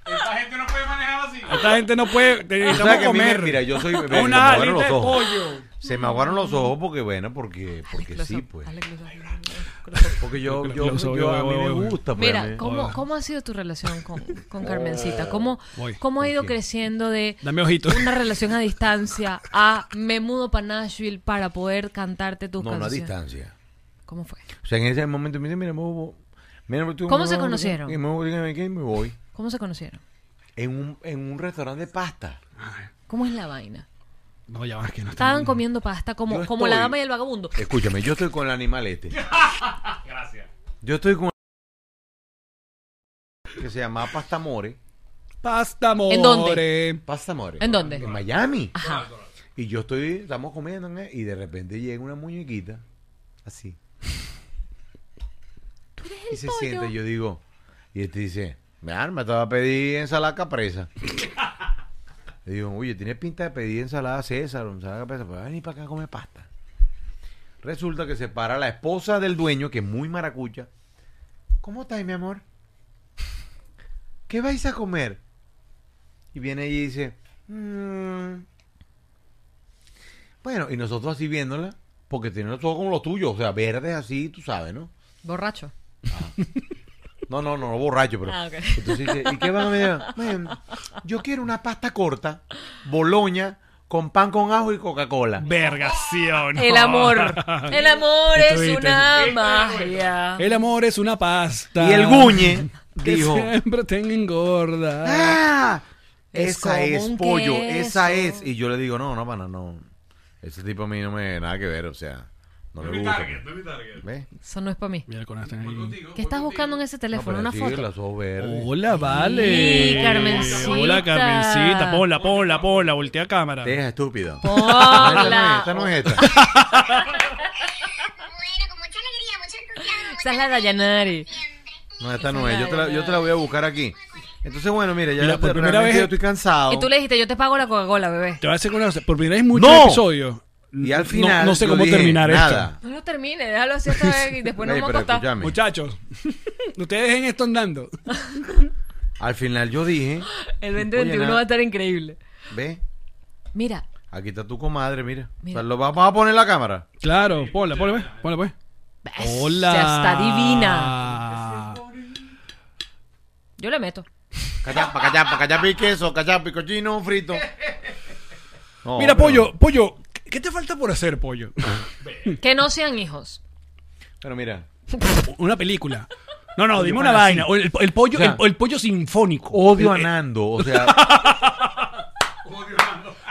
Speaker 5: Esta gente no puede manejar así.
Speaker 2: Esta gente no puede.
Speaker 4: O
Speaker 2: Necesitamos
Speaker 4: sea que a mí me-
Speaker 2: comer.
Speaker 4: mira, yo soy se me
Speaker 2: una
Speaker 4: aguaron
Speaker 2: alita
Speaker 4: los
Speaker 2: de
Speaker 4: ojos.
Speaker 2: pollo.
Speaker 4: Se me aguaron los ojos porque bueno, porque porque sí, pues. Porque yo yo,
Speaker 2: Los ojos,
Speaker 4: yo- a mí
Speaker 2: voy,
Speaker 4: me
Speaker 2: voy, voy.
Speaker 4: gusta, pues.
Speaker 3: Mira,
Speaker 4: me-
Speaker 3: ¿cómo, ¿cómo ha sido tu relación con, con Carmencita? ¿Cómo,
Speaker 2: Voy.
Speaker 3: ¿Cómo ha ido
Speaker 4: Ok.
Speaker 3: creciendo de
Speaker 2: Dame ojitos.
Speaker 3: una relación a distancia a me mudo para Nashville para poder cantarte tus
Speaker 4: no, no a
Speaker 3: canciones?
Speaker 4: distancia.
Speaker 3: ¿Cómo fue?
Speaker 4: O sea, en ese momento me dice, mira, me voy- mira, tú-
Speaker 3: ¿Cómo se
Speaker 4: me voy-
Speaker 3: conocieron?
Speaker 4: y me voy, y me voy
Speaker 3: ¿Cómo se conocieron?
Speaker 4: en un en un restaurante de pasta.
Speaker 3: ¿Cómo es la vaina?
Speaker 2: No, ya vas que no está.
Speaker 3: Estaban comiendo pasta como,
Speaker 4: Yo
Speaker 3: como la
Speaker 4: estoy-
Speaker 3: dama y el vagabundo.
Speaker 4: Escúchame, yo estoy con el animal este.
Speaker 5: Gracias.
Speaker 4: Yo estoy con que se llamaba Pastamore.
Speaker 2: Pasta more.
Speaker 3: ¿En dónde?
Speaker 4: Pastamore.
Speaker 3: ¿En dónde?
Speaker 4: En Miami.
Speaker 3: Ajá.
Speaker 4: Y yo estoy, estamos comiendo, ¿eh? y de repente llega una muñequita, así. y se sienta, y yo digo, y este dice, me me te va a pedir
Speaker 3: [laughs]
Speaker 4: ensalada capresa. Le digo, oye, tienes pinta de pedir ensalada César, o ensalada capresa, pues vení para acá a comer pasta. Resulta que se para la esposa del dueño, que es muy maracucha. ¿Cómo estáis, mi amor? ¿Qué vais a comer? Y viene ella y dice, "Mm, bueno, y nosotros así viéndola, porque tiene los ojos como los tuyos, o sea, verdes así, tú sabes, ¿no?
Speaker 3: Borracho.
Speaker 4: No, no, no, borracho, pero.
Speaker 3: Ah, ok.
Speaker 4: Entonces dice, ¿y qué van a pedir?
Speaker 3: [laughs]
Speaker 4: "Man, Yo quiero una pasta corta, boloña, con pan con ajo y Coca-Cola.
Speaker 2: Vergación.
Speaker 3: El
Speaker 4: [laughs]
Speaker 3: amor. El amor es
Speaker 2: Estuviste.
Speaker 3: una magia.
Speaker 2: El amor es una pasta.
Speaker 4: Y el guñe
Speaker 2: Que
Speaker 4: dijo,
Speaker 2: siempre te engorda.
Speaker 4: ¡Ah!
Speaker 3: Es
Speaker 4: Esa
Speaker 3: como
Speaker 4: es,
Speaker 3: un
Speaker 4: pollo,
Speaker 3: queso.
Speaker 4: esa es. Y yo le digo, no, no, pana, no. Ese tipo a mí no me nada que ver, o sea, no
Speaker 5: No es
Speaker 4: le
Speaker 5: mi
Speaker 4: gusta.
Speaker 5: target, no es mi target.
Speaker 4: ¿Ves?
Speaker 3: Eso no es para mí.
Speaker 2: Mira, con esta-
Speaker 5: Voy contigo,
Speaker 3: ¿Qué
Speaker 5: voy
Speaker 3: estás
Speaker 5: contigo.
Speaker 3: buscando en ese
Speaker 4: No,
Speaker 3: teléfono?
Speaker 4: pero
Speaker 3: Una
Speaker 4: sí,
Speaker 3: foto.
Speaker 4: los ojos verdes.
Speaker 2: Hola, vale.
Speaker 3: Sí, Carmencita.
Speaker 2: Hola, Carmencita. Ponla, ponla, ponla. Voltea cámara.
Speaker 4: Te deja estúpido.
Speaker 3: Hola.
Speaker 4: Esta no es esta. No es esta.
Speaker 7: Bueno, con mucha alegría, mucho
Speaker 3: Esa
Speaker 7: entusiasmo, mucha
Speaker 3: es la Dayanari.
Speaker 7: siempre.
Speaker 4: No, esta no es. Yo te la, yo te la voy a buscar aquí. Entonces, bueno, mira, ya
Speaker 2: Mira, por primera
Speaker 4: realmente
Speaker 2: vez-
Speaker 4: yo estoy cansado.
Speaker 3: Y tú le dijiste, yo te pago la Coca-Cola, bebé.
Speaker 2: Te voy a hacer una cosa. Por primera vez muchos
Speaker 4: ¡No!
Speaker 2: episodios.
Speaker 4: Y al
Speaker 2: No-
Speaker 4: final.
Speaker 2: No, sé
Speaker 4: yo
Speaker 2: cómo
Speaker 4: dije,
Speaker 2: terminar
Speaker 4: nada.
Speaker 3: No lo termine, déjalo así esta
Speaker 4: [laughs]
Speaker 3: vez y después nos
Speaker 4: Ey,
Speaker 3: vamos a
Speaker 4: pero
Speaker 3: acostar.
Speaker 2: esto.
Speaker 4: escúchame.
Speaker 2: Muchachos, [laughs] ustedes dejen esto andando.
Speaker 4: Al final yo dije,
Speaker 3: El
Speaker 4: Oye,
Speaker 3: 2021
Speaker 4: nada.
Speaker 3: va a estar increíble.
Speaker 4: ve,
Speaker 3: Mira,
Speaker 4: aquí está tu comadre, mira. O sea,
Speaker 3: Mira.
Speaker 4: lo va- vamos a poner en la cámara.
Speaker 2: Claro, ponla, ponla, pues, ponla, pues. Hola.
Speaker 3: Ya está divina. Yo le meto.
Speaker 4: Cachapa, cachapa, cachapa y queso, cachapa y cochino frito. No,
Speaker 2: Mira,
Speaker 4: pero-
Speaker 2: Pollo, Pollo, ¿qué te falta por hacer, Pollo? [laughs]
Speaker 4: Mm.
Speaker 3: Que no sean hijos.
Speaker 4: Pero mira,
Speaker 2: una película. No, no, dime
Speaker 4: para
Speaker 2: una vaina. O el, el pollo,
Speaker 4: O sea,
Speaker 2: el, el pollo sinfónico.
Speaker 4: odio
Speaker 2: El-
Speaker 4: a
Speaker 2: el-
Speaker 4: Nando, o sea,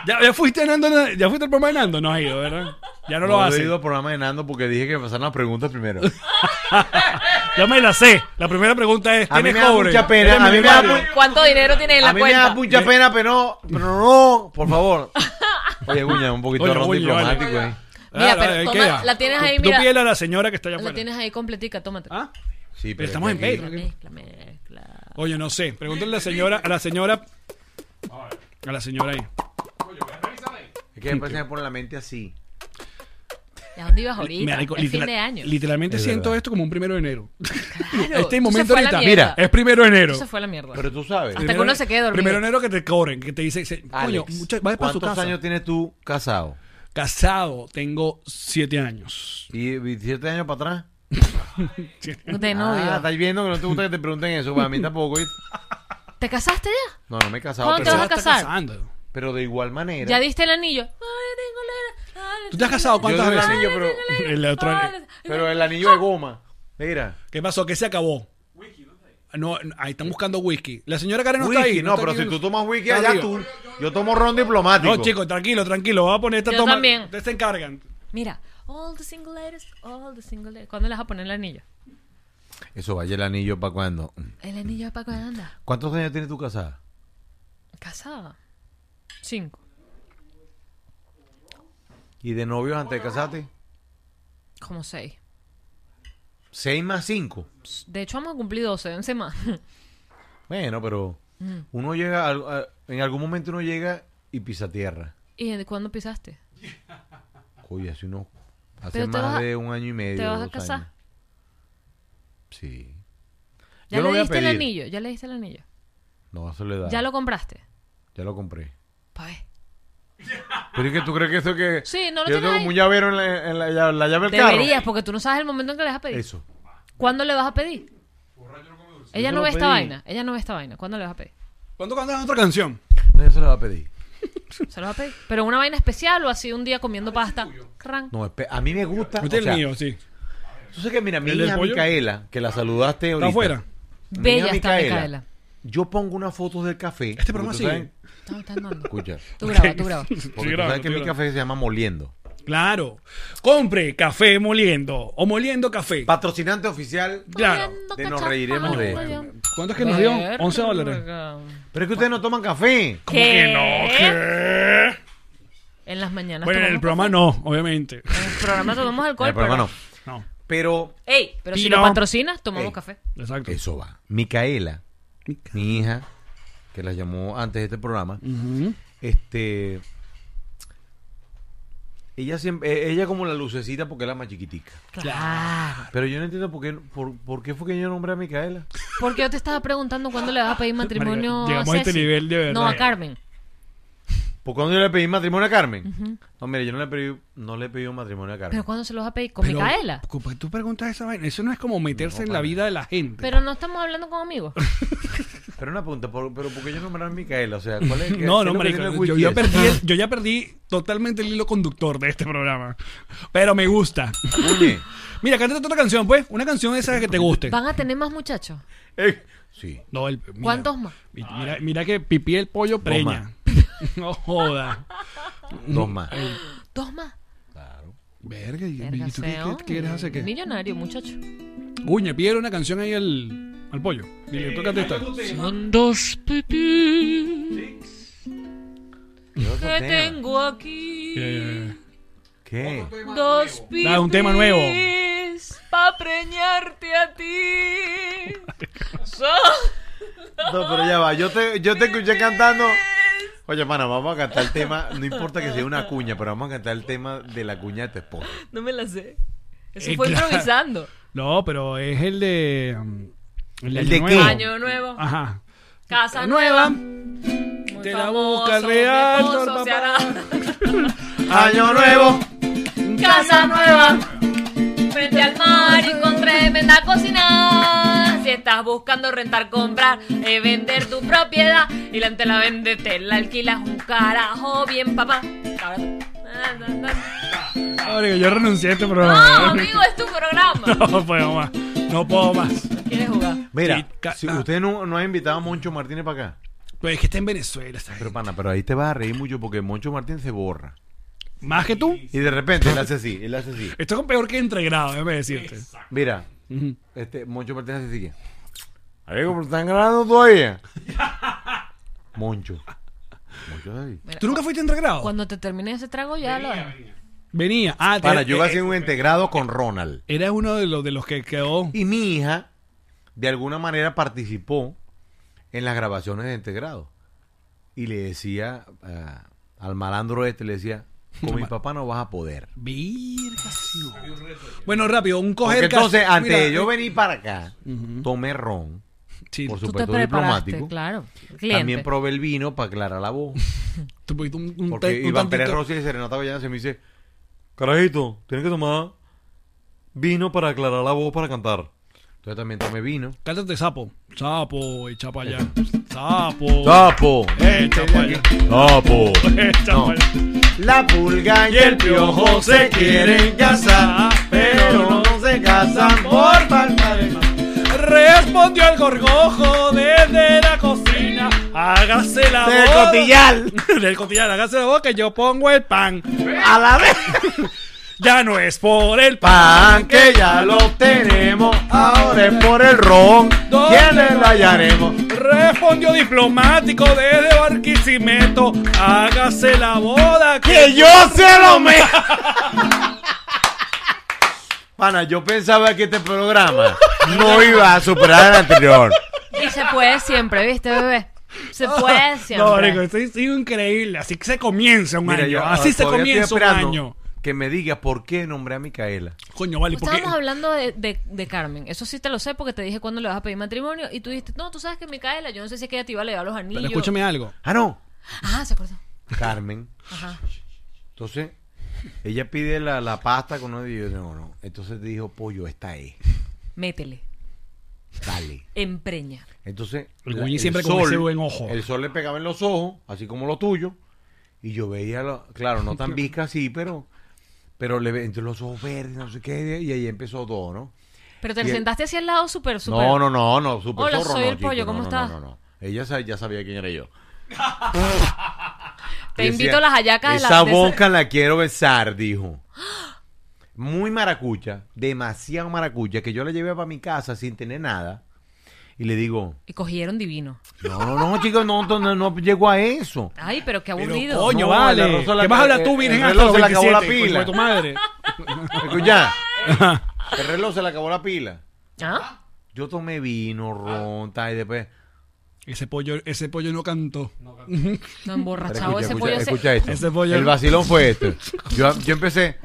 Speaker 2: Ya, ya fuiste a Nando, ya fuiste al programa de Nando, no has ido, ¿verdad? Ya [laughs] no, lo
Speaker 4: no he
Speaker 2: haces.
Speaker 4: ido al programa de Nando porque dije que me pasaran las preguntas primero.
Speaker 2: Ya me la sé. La primera pregunta es,
Speaker 4: A mí
Speaker 2: ¿tienes
Speaker 4: me da
Speaker 2: cobre?
Speaker 4: mucha pena,
Speaker 2: ¿Eres
Speaker 4: a mí me da
Speaker 2: millonario?
Speaker 4: mu-
Speaker 3: ¿Cuánto dinero tienen en
Speaker 4: A
Speaker 3: la
Speaker 4: mí me da
Speaker 3: cuenta?
Speaker 4: mucha pena, pero no, pero no,
Speaker 2: [laughs]
Speaker 4: por favor. Oye, Guña, un poquito de
Speaker 2: Oye,
Speaker 4: ron
Speaker 2: oye, vale.
Speaker 4: diplomático, eh.
Speaker 3: Mira,
Speaker 2: Ah,
Speaker 3: pero
Speaker 2: ahí
Speaker 3: toma-
Speaker 2: queda.
Speaker 3: la tienes
Speaker 2: Tú-
Speaker 3: ahí,
Speaker 2: tú
Speaker 3: mira.
Speaker 2: pídele a la señora que está allá
Speaker 3: La
Speaker 2: afuera.
Speaker 3: tienes ahí completica, tómate.
Speaker 2: ¿Ah?
Speaker 4: Sí,
Speaker 2: Pero estamos en
Speaker 4: es que aquí-
Speaker 3: Mezcla,
Speaker 2: Patreon.
Speaker 3: mezcla, mezcla.
Speaker 2: Oye, no sé. Pregúntale a la señora, a la señora, a la señora ahí.
Speaker 4: Es que después se me pone la mente así.
Speaker 3: ¿Y ¿A dónde ibas ahorita?
Speaker 2: Mira,
Speaker 3: es fin
Speaker 2: literal-
Speaker 3: de año.
Speaker 2: Literalmente
Speaker 4: Es
Speaker 2: siento
Speaker 4: verdad.
Speaker 2: esto como un primero de enero. [laughs]
Speaker 3: Claro,
Speaker 2: este
Speaker 3: eso
Speaker 2: momento
Speaker 3: fue a la
Speaker 2: ahorita.
Speaker 3: mierda.
Speaker 2: Es primero de enero.
Speaker 3: Eso fue a la mierda.
Speaker 4: Pero tú sabes.
Speaker 3: Hasta que uno se quede dormido.
Speaker 2: Primero de enero que te cobren, que te dicen, coño,
Speaker 4: Alex,
Speaker 2: muchacho, vaya para su
Speaker 4: ¿Cuántos
Speaker 2: casa.
Speaker 4: años tienes tú casado?
Speaker 2: Casado, tengo siete años.
Speaker 4: ¿Y 27 años para atrás?
Speaker 3: De novio.
Speaker 4: Ah, estás viendo que no te gusta que te pregunten eso. Pues a mí tampoco. ¿oíste? Ah.
Speaker 3: ¿Te casaste ya?
Speaker 4: No, no me he casado.
Speaker 3: ¿Cuándo
Speaker 4: Pero,
Speaker 3: te vas a
Speaker 2: Está
Speaker 3: casar?
Speaker 2: casando.
Speaker 4: pero de igual manera.
Speaker 3: ¿Ya diste el anillo? Ay, tengo la- ay,
Speaker 2: ¿Tú te has casado
Speaker 4: Yo
Speaker 2: cuántas
Speaker 4: doy el
Speaker 2: veces?
Speaker 4: anillo, pero,
Speaker 2: El otro-
Speaker 3: ay,
Speaker 4: pero el anillo de goma. Mira.
Speaker 2: ¿Qué pasó? ¿Qué se acabó? No, no, ahí están buscando whisky. La señora Karen no está
Speaker 4: whisky,
Speaker 2: ahí.
Speaker 4: no,
Speaker 2: está
Speaker 4: pero
Speaker 2: aquí.
Speaker 4: si tú tomas whisky
Speaker 2: Está
Speaker 4: allá
Speaker 2: arriba.
Speaker 4: tú. Yo tomo ron diplomático.
Speaker 2: No, chicos, tranquilo, tranquilo. Vamos a poner esta
Speaker 3: Yo
Speaker 2: toma.
Speaker 3: también.
Speaker 2: Ustedes se encargan.
Speaker 3: Mira, all the single ladies, all the single ladies. ¿Cuándo le vas a poner el anillo?
Speaker 4: Eso vaya el anillo para cuando.
Speaker 3: El anillo de Paco de Anda.
Speaker 4: ¿Cuántos años tienes tú casada?
Speaker 3: Casada. Cinco.
Speaker 4: ¿Y de novios antes de casarte?
Speaker 3: Como seis.
Speaker 4: ¿Seis más cinco?
Speaker 3: De hecho, vamos a cumplir doce, once más. [laughs]
Speaker 4: Bueno, pero
Speaker 3: Mm.
Speaker 4: uno llega, al- a- en algún momento uno llega y pisa tierra.
Speaker 3: ¿Y de cuándo pisaste?
Speaker 4: Oye, hace unos, hace
Speaker 3: Pero te
Speaker 4: más
Speaker 3: vas a-
Speaker 4: de un año y medio.
Speaker 3: ¿Te vas a
Speaker 4: dos
Speaker 3: casar?
Speaker 4: años. Sí.
Speaker 3: ¿Ya
Speaker 4: Yo lo
Speaker 3: le
Speaker 4: voy a
Speaker 3: diste el
Speaker 4: pedir.
Speaker 3: anillo? ¿Ya le diste el anillo?
Speaker 4: No, eso le da.
Speaker 3: ¿Ya lo compraste?
Speaker 4: Ya lo compré.
Speaker 3: Pa' ver.
Speaker 4: Pero es que tú crees que eso que.
Speaker 3: Sí, no lo
Speaker 4: yo
Speaker 3: tienes
Speaker 4: tengo
Speaker 3: ahí.
Speaker 4: como un llavero en la, en la llave, la llave del carro.
Speaker 3: Deberías, porque tú no sabes el momento en que le vas a pedir.
Speaker 4: eh. Eso.
Speaker 3: ¿Cuándo le vas a pedir? Ella
Speaker 4: Yo
Speaker 3: no
Speaker 4: se
Speaker 3: ve
Speaker 4: lo
Speaker 3: esta
Speaker 4: pedí.
Speaker 3: vaina. Ella no ve esta vaina. ¿Cuándo le vas a pedir?
Speaker 2: ¿Cuándo cantas otra canción?
Speaker 4: No, Eso lo va a pedir.
Speaker 3: ¿Se lo vas a pedir? ¿Pero una vaina especial o así un día comiendo pasta? Cran.
Speaker 4: No, espe- a mí me gusta.
Speaker 2: Este
Speaker 4: o
Speaker 2: es el
Speaker 4: sea,
Speaker 2: mío, sí.
Speaker 4: Tú sabes que, mira, mi
Speaker 2: ¿El del
Speaker 4: hija
Speaker 2: pollo?
Speaker 4: Micaela, que la saludaste ahorita.
Speaker 2: Está afuera.
Speaker 4: mi hija
Speaker 3: Bella está Micaela.
Speaker 4: Yo pongo unas fotos del café.
Speaker 2: Este programa
Speaker 4: porque tú
Speaker 2: sigue.
Speaker 4: sabes-
Speaker 3: No, está andando.
Speaker 4: [laughs] Escucha.
Speaker 3: Tú graba, tú graba.
Speaker 4: Porque
Speaker 2: Sí,
Speaker 4: tú
Speaker 2: grabo,
Speaker 4: sabes que
Speaker 2: sí,
Speaker 4: mi
Speaker 2: grabo.
Speaker 4: café se llama Moliendo.
Speaker 2: Claro. Compre café moliendo o moliendo café.
Speaker 4: Patrocinante oficial.
Speaker 2: Claro.
Speaker 4: De nos reiremos de esto.
Speaker 2: ¿Cuánto es que nos dio? 11 dólares.
Speaker 3: dólares.
Speaker 4: Pero es que ustedes no toman café.
Speaker 2: ¿Cómo que no? ¿Qué?
Speaker 3: En las mañanas.
Speaker 2: Bueno, en el programa
Speaker 3: tomamos
Speaker 2: no, obviamente.
Speaker 3: café. En el programa tomamos
Speaker 4: En
Speaker 3: alcohol.
Speaker 4: el programa
Speaker 3: pero-
Speaker 4: no.
Speaker 2: No,
Speaker 4: Pero
Speaker 3: Ey, pero si
Speaker 2: Pino.
Speaker 3: lo patrocinas, tomamos
Speaker 4: Ey.
Speaker 3: café.
Speaker 2: exacto.
Speaker 4: eso va. Micaela, mi hija, que la llamó antes de este programa,
Speaker 2: Ujú.
Speaker 4: este. Ella siempre, eh, ella como la lucecita porque es la más chiquitica.
Speaker 3: Claro.
Speaker 4: Pero yo no entiendo por qué, por, por qué fue que yo nombré a Micaela.
Speaker 3: Porque yo te estaba preguntando cuándo le vas a pedir matrimonio
Speaker 2: Marica, llegamos a este
Speaker 3: Ceci.
Speaker 2: nivel de verdad.
Speaker 3: No, a Carmen.
Speaker 4: ¿Por cuándo Pues yo le pedí matrimonio a Carmen? No, mire, yo no le pedí, no le pedí un matrimonio a Carmen.
Speaker 3: ¿Pero cuándo se los va a pedir? ¿Con
Speaker 2: Pero,
Speaker 3: Micaela?
Speaker 2: ¿cómo Tú preguntas esa vaina. Eso no es como meterse en la vida de la gente.
Speaker 3: Pero no estamos hablando
Speaker 2: [laughs]
Speaker 3: con amigos.
Speaker 4: Pero una pregunta, ¿por, ¿pero por qué yo nombré a Micaela? O sea, ¿cuál
Speaker 2: [laughs]
Speaker 4: es? qué-
Speaker 2: no, no,
Speaker 4: qué es lo [laughs] que
Speaker 2: marico,
Speaker 4: tiene el
Speaker 2: yo,
Speaker 4: whisky
Speaker 2: yo
Speaker 4: ese?
Speaker 2: perdí
Speaker 4: [laughs]
Speaker 2: el- yo ya perdí totalmente el hilo conductor de este programa. Pero me gusta. [laughs]
Speaker 4: Oye,
Speaker 2: Mira, cántate otra canción, pues. Una canción de esas que te guste.
Speaker 3: ¿Van a tener más muchachos?
Speaker 4: eh, sí.
Speaker 2: No, el- mira,
Speaker 3: ¿Cuántos más?
Speaker 2: mi- Mira, mira que pipí el pollo preña. [laughs]
Speaker 4: más.
Speaker 2: no joda.
Speaker 4: Dos más.
Speaker 3: ¿Dos más?
Speaker 4: Claro.
Speaker 2: Verga, ¿y
Speaker 3: Verga,
Speaker 2: y tú qué-
Speaker 3: ese
Speaker 2: qué, qué quieres hacer?
Speaker 3: hombre,
Speaker 2: ¿Qué?
Speaker 3: Millonario, muchacho.
Speaker 2: Uña, pide una canción ahí al, al pollo. Dile, tócate esta.
Speaker 3: Son dos pipí
Speaker 4: ¿Qué otro
Speaker 3: que
Speaker 4: tema?
Speaker 3: tengo aquí.
Speaker 2: Ya, ya, ya.
Speaker 4: ¿Qué?
Speaker 3: Dos pipis
Speaker 2: Dale, un tema nuevo.
Speaker 3: Pa' preñarte a ti. Son
Speaker 4: No, pero ya va. Yo te, yo te escuché cantando. Oye, mano, vamos a cantar el tema. No importa que sea una cuña, pero vamos a cantar el tema de la cuña de tu esposa.
Speaker 3: [laughs] No me la sé. Eso
Speaker 2: Eh,
Speaker 3: fue
Speaker 2: claro.
Speaker 3: improvisando.
Speaker 2: No, pero es el de. mm,
Speaker 4: ¿El de
Speaker 2: Año
Speaker 4: qué?
Speaker 2: Nuevo.
Speaker 3: Año nuevo,
Speaker 2: Ajá.
Speaker 3: casa nueva. muy
Speaker 2: Ah, te la
Speaker 3: famoso,
Speaker 2: busca el
Speaker 3: mi
Speaker 2: real,
Speaker 3: esposo
Speaker 2: no el
Speaker 3: se
Speaker 2: papá.
Speaker 3: hará.
Speaker 4: ¡Año nuevo!
Speaker 3: Casa nueva, frente al mar y con tremenda cocina. Si estás buscando rentar, comprar, eh, vender tu propiedad y la te la vende, te la alquilas un carajo bien, papá. Cabrón.
Speaker 2: Ah. Ahora que yo renuncié a este
Speaker 3: No,
Speaker 2: programa. [laughs]
Speaker 3: amigo, es tu programa.
Speaker 2: No puedo más. No puedo más.
Speaker 3: ¿Quieres jugar?
Speaker 2: Sí,
Speaker 4: Mira,
Speaker 2: ca-
Speaker 4: si
Speaker 2: ah.
Speaker 4: usted no, no ha invitado a Moncho Martínez para acá.
Speaker 2: Pero es que está en Venezuela. ¿sabes?
Speaker 4: Pero, pana, pero ahí te vas a reír mucho porque Moncho Martínez se borra.
Speaker 2: Más que tú.
Speaker 4: Y de repente él hace así, él hace
Speaker 2: [laughs]
Speaker 4: así.
Speaker 2: Esto es peor que entregrado, déjame decirte.
Speaker 4: Mira, este Moncho Martínez hace así. Amigo,
Speaker 2: [laughs]
Speaker 4: pero están grabando todavía. Moncho. Moncho es así.
Speaker 2: ¿Tú nunca fuiste entregrado?
Speaker 3: Cuando te termine ese trago ya lo dejas.
Speaker 2: Venía. Ah, te-
Speaker 4: Pana, yo iba a
Speaker 2: eh,
Speaker 4: hacer un integrado con Ronald.
Speaker 2: Eras uno de los, de los que quedó.
Speaker 4: Y mi hija, de alguna manera, participó en las grabaciones de Integrado. Y le decía ah, al malandro este, le decía, con mi papá no vas a poder.
Speaker 2: Virga, sí, no. Bueno, rápido, un coger.
Speaker 4: Porque entonces,
Speaker 2: caso-
Speaker 4: antes
Speaker 2: Mira, eh,
Speaker 4: de yo venir para acá, tomé ron,
Speaker 2: Sí,
Speaker 4: por
Speaker 3: Tú te
Speaker 4: supuesto
Speaker 3: preparaste,
Speaker 4: diplomático.
Speaker 3: claro.
Speaker 4: También
Speaker 3: Cliente.
Speaker 4: probé el vino para aclarar la [laughs] voz.
Speaker 2: tú pusiste un, un
Speaker 4: Porque
Speaker 2: te- un
Speaker 4: Iván Pérez
Speaker 2: tantito-
Speaker 4: Rossi y Serenata Avellana se me dice, carajito, tienes que tomar vino para aclarar la voz para cantar. Entonces también tomé vino.
Speaker 2: Cántate sapo. Sapo, echa
Speaker 4: Eh.
Speaker 2: para allá. Sapo.
Speaker 4: ¡Tapo!
Speaker 2: Echa para allá.
Speaker 4: ¡Tapo!
Speaker 2: Echa
Speaker 4: [laughs] No.
Speaker 2: pa' allá.
Speaker 4: La pulga y el piojo se quieren casar, pero no se casan por falta de más.
Speaker 2: Respondió el gorgojo desde la cocina. Hágase la
Speaker 4: Del
Speaker 2: boda.
Speaker 4: cotillal.
Speaker 2: [laughs] Del cotillal, hágase la boda que yo pongo el pan. [laughs]
Speaker 4: A la vez.
Speaker 2: Ya no es por el pan.
Speaker 4: Pan que ya lo tenemos, ahora es por el ron. ¿Quiénes lo hallaremos?
Speaker 2: Respondió diplomático desde Barquisimeto. Hágase la boda
Speaker 4: ¡Que
Speaker 2: que
Speaker 4: yo se
Speaker 2: [laughs]
Speaker 4: lo me! Pana, yo pensaba que este programa
Speaker 2: [laughs]
Speaker 4: no iba a superar el anterior.
Speaker 3: Y se puede siempre, ¿viste, bebé?
Speaker 4: [laughs]
Speaker 3: Se puede siempre.
Speaker 2: No, Rico, esto ha sido increíble. Así que se comienza un
Speaker 4: Mira,
Speaker 2: año.
Speaker 4: yo,
Speaker 2: Así
Speaker 4: ah,
Speaker 2: se
Speaker 4: todavía
Speaker 2: comienza
Speaker 4: estoy
Speaker 2: un
Speaker 4: esperando
Speaker 2: año.
Speaker 4: Que me diga por qué nombré a Micaela.
Speaker 2: Coño, vale, porque.
Speaker 3: Estábamos hablando de, de- de Carmen. Eso sí te lo sé porque te dije cuándo le vas a pedir matrimonio y tú dijiste, no, tú sabes que Micaela, yo no sé si es que ella te iba a llevar los anillos.
Speaker 2: Pero escúchame algo.
Speaker 4: Ah, no.
Speaker 3: Ah, se acordó.
Speaker 4: Carmen.
Speaker 3: Ajá.
Speaker 4: Entonces, ella pide la, la pasta con uno y yo no, no. Entonces dijo, pollo, esta es.
Speaker 3: Métele.
Speaker 4: Dale.
Speaker 3: Empreña.
Speaker 4: Entonces,
Speaker 2: El Guñi siempre con ese buen ojo.
Speaker 4: El sol le pegaba en los ojos, así como los tuyos. Y yo veía, lo- claro, no
Speaker 2: [laughs]
Speaker 4: tan visca así, pero, pero le ve entre los ojos verdes, no sé qué, y ahí empezó todo, ¿no?
Speaker 3: Pero te
Speaker 4: Y el-
Speaker 3: sentaste hacia el lado súper, súper.
Speaker 4: No, no, no, no, super
Speaker 3: Hola,
Speaker 4: zorro,
Speaker 3: soy
Speaker 4: no,
Speaker 3: el
Speaker 4: chico,
Speaker 3: pollo,
Speaker 4: no,
Speaker 3: ¿cómo
Speaker 4: no,
Speaker 3: estás?
Speaker 4: No, no, no. Ella sa- ya sabía quién era yo.
Speaker 3: [laughs] Te
Speaker 4: Y
Speaker 3: invito
Speaker 4: decía,
Speaker 3: a las hallacas de la...
Speaker 4: Esa
Speaker 3: de ese-
Speaker 4: boca la quiero besar, dijo. Muy maracucha, demasiado maracucha, que yo la llevé para mi casa sin tener nada. Y le digo,
Speaker 3: Y cogieron divino.
Speaker 4: no, no, no, chicos, no, no, no, no llego a eso.
Speaker 3: Ay, pero qué
Speaker 2: Pero,
Speaker 3: aburrido.
Speaker 2: coño,
Speaker 4: No, el
Speaker 2: vale.
Speaker 4: arroz a la
Speaker 2: ¿Qué más
Speaker 4: ca-
Speaker 2: hablas tú,
Speaker 4: el-
Speaker 2: virgen?
Speaker 4: el
Speaker 2: Hasta los
Speaker 4: reloj se le acabó la
Speaker 2: 27,
Speaker 4: pila.
Speaker 2: coño, tu madre.
Speaker 4: Escucha, el reloj se le acabó la pila.
Speaker 3: ¿Ah?
Speaker 4: Yo tomé vino, ronta y después...
Speaker 2: [laughs] Ese pollo, ese pollo no cantó.
Speaker 3: No,
Speaker 4: Pero
Speaker 3: emborrachado ese
Speaker 4: escucha,
Speaker 3: pollo.
Speaker 4: escucha,
Speaker 3: se-
Speaker 4: escucha esto.
Speaker 2: Ese pollo-
Speaker 4: El vacilón fue este. Yo, yo empecé...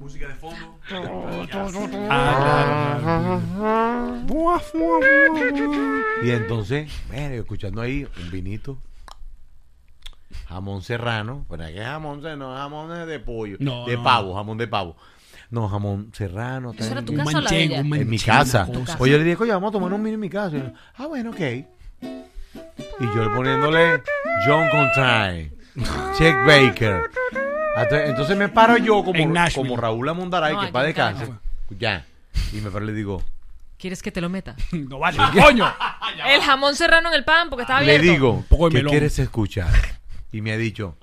Speaker 5: Música de fondo.
Speaker 3: Ah,
Speaker 4: Y entonces, bueno, yo escuchando ahí un vinito. Jamón serrano. ¿Para qué jamón serrano? Jamón es de pollo.
Speaker 2: No,
Speaker 4: de
Speaker 2: no.
Speaker 4: pavo, jamón de pavo. No, jamón serrano.
Speaker 3: ¿Eso era tu
Speaker 4: tal.
Speaker 3: casa o la de ella?
Speaker 4: En mi casa.
Speaker 2: una cosa.
Speaker 4: Oye, yo le dije, oye, vamos a tomar un vino en mi casa. Y yo, ah, bueno, ok. Y yo poniéndole John Contrae, Chuck Baker. Hasta- Entonces me paro yo
Speaker 2: En
Speaker 4: como,
Speaker 2: Nashville.
Speaker 4: como Raúl Amundaray,
Speaker 3: No,
Speaker 4: que
Speaker 3: aquí
Speaker 4: para
Speaker 3: en Caracas.
Speaker 4: descanse. Ya. Y me paro y le digo,
Speaker 3: ¿Quieres que te lo meta?
Speaker 2: No vale, coño.
Speaker 3: El jamón serrano en el pan porque estaba
Speaker 4: le
Speaker 3: abierto.
Speaker 4: digo,
Speaker 2: poco de
Speaker 4: ¿qué
Speaker 2: melón.
Speaker 4: quieres escuchar? Y me ha dicho,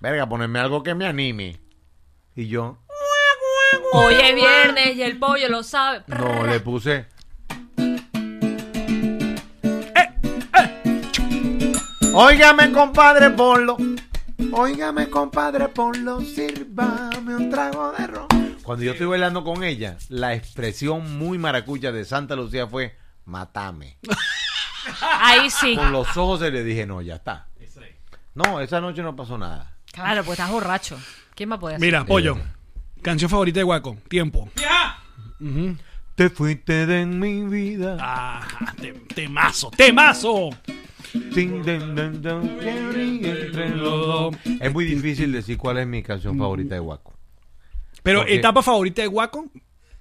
Speaker 4: verga, ponerme algo que me anime. Y yo,
Speaker 3: Hoy es viernes y el pollo lo sabe.
Speaker 4: no, le puse. Eh, Óigame, compadre, ponlo. Óigame, compadre, ponlo. Sírvame un trago de ron. Cuando yo estoy bailando con ella, la expresión muy maracucha de Santa Lucía fue: Matame.
Speaker 3: Ahí sí.
Speaker 4: Con los ojos se le dije: No, ya está. No, esa noche no pasó nada.
Speaker 3: Claro, pues estás borracho. ¿Quién va a poder hacer?
Speaker 2: Mira, pollo. Canción favorita de Guaco. Tiempo.
Speaker 4: Te fuiste de mi vida.
Speaker 2: Ah, te- temazo, temazo.
Speaker 4: Tin, din, din, din, cherry, entre los dos. Es muy difícil decir cuál es mi canción favorita de Waco.
Speaker 2: Mm. Pero
Speaker 4: Porque-
Speaker 2: etapa favorita de Guaco.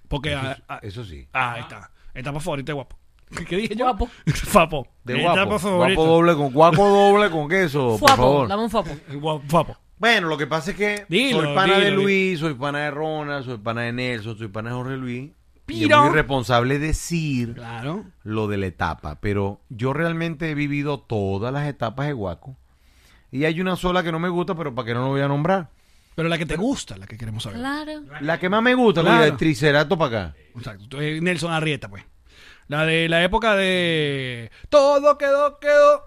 Speaker 2: Porque ah, ah,
Speaker 4: Eso sí.
Speaker 2: ah, ahí está. Etapa favorita de Guapo. [laughs] ¿Qué, qué dije yo? [laughs]
Speaker 3: Guapo.
Speaker 2: Fapo.
Speaker 4: De
Speaker 2: Etapa
Speaker 4: Guapo.
Speaker 2: favorita.
Speaker 4: Guapo doble con Guapo doble con queso, por
Speaker 3: Fuapo,
Speaker 4: favor.
Speaker 3: dame un fuapo.
Speaker 2: Guapo. Fapo.
Speaker 4: Bueno, lo que pasa es que
Speaker 2: Dilo,
Speaker 4: soy pana
Speaker 2: dilo,
Speaker 4: de
Speaker 2: dilo.
Speaker 4: Luis, soy pana de Ronald, soy pana de Nelson, soy pana de Jorge Luis. Y es
Speaker 2: Piro.
Speaker 4: muy irresponsable decir
Speaker 2: Claro.
Speaker 4: lo de la etapa, pero yo realmente he vivido todas las etapas de Guaco. Y hay una sola que no me gusta, pero para que no lo voy a nombrar.
Speaker 2: Pero la que te gusta, la que queremos saber.
Speaker 3: Claro.
Speaker 4: La que más me gusta, la
Speaker 2: Claro.
Speaker 4: de Triceratops para acá.
Speaker 2: Exacto. tú eres Nelson Arrieta, pues. La de la época de. Todo quedó, quedó.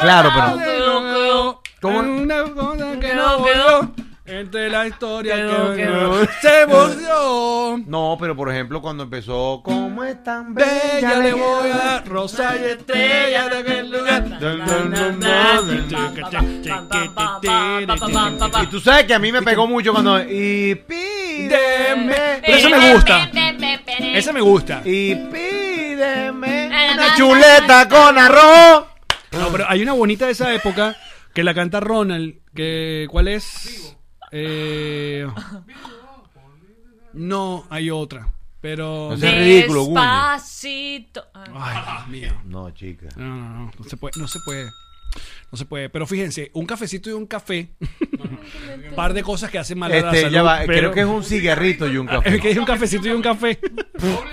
Speaker 4: Claro,
Speaker 2: Ah,
Speaker 4: pero-
Speaker 3: pero.
Speaker 4: ¿Cómo?
Speaker 2: Una cosa que
Speaker 3: Quedó,
Speaker 2: no quedó. Entre la historia
Speaker 3: Quedó,
Speaker 2: que
Speaker 3: quedó.
Speaker 2: se volvió.
Speaker 4: No, pero por ejemplo cuando empezó ¿Cómo es tan
Speaker 2: Bella
Speaker 4: bella?
Speaker 2: le voy a dar rosa y estrella de aquel lugar.
Speaker 4: Y tú sabes que a mí me pegó mucho cuando y pídeme
Speaker 2: Pero eso me gusta. Esa me gusta.
Speaker 4: y pídeme una chuleta con arroz.
Speaker 2: No, pero hay una bonita de esa época que la canta Ronald. Que, ¿Cuál es? Eh, no, hay otra. Pero.
Speaker 4: No sé. ridículo, Guño.
Speaker 3: Despacito. Ah,
Speaker 2: Ay, Dios mío.
Speaker 4: No, chica.
Speaker 2: No, no, no. No se puede. No se puede. No se puede. Pero fíjense, un cafecito y un café. par de cosas que hacen mal a la
Speaker 4: Este,
Speaker 2: salud,
Speaker 4: ya va,
Speaker 2: pero- Ah,
Speaker 4: creo que es un cigarrito y
Speaker 2: [laughs]
Speaker 4: un
Speaker 2: Es
Speaker 4: café.
Speaker 2: que es un cafecito y un café.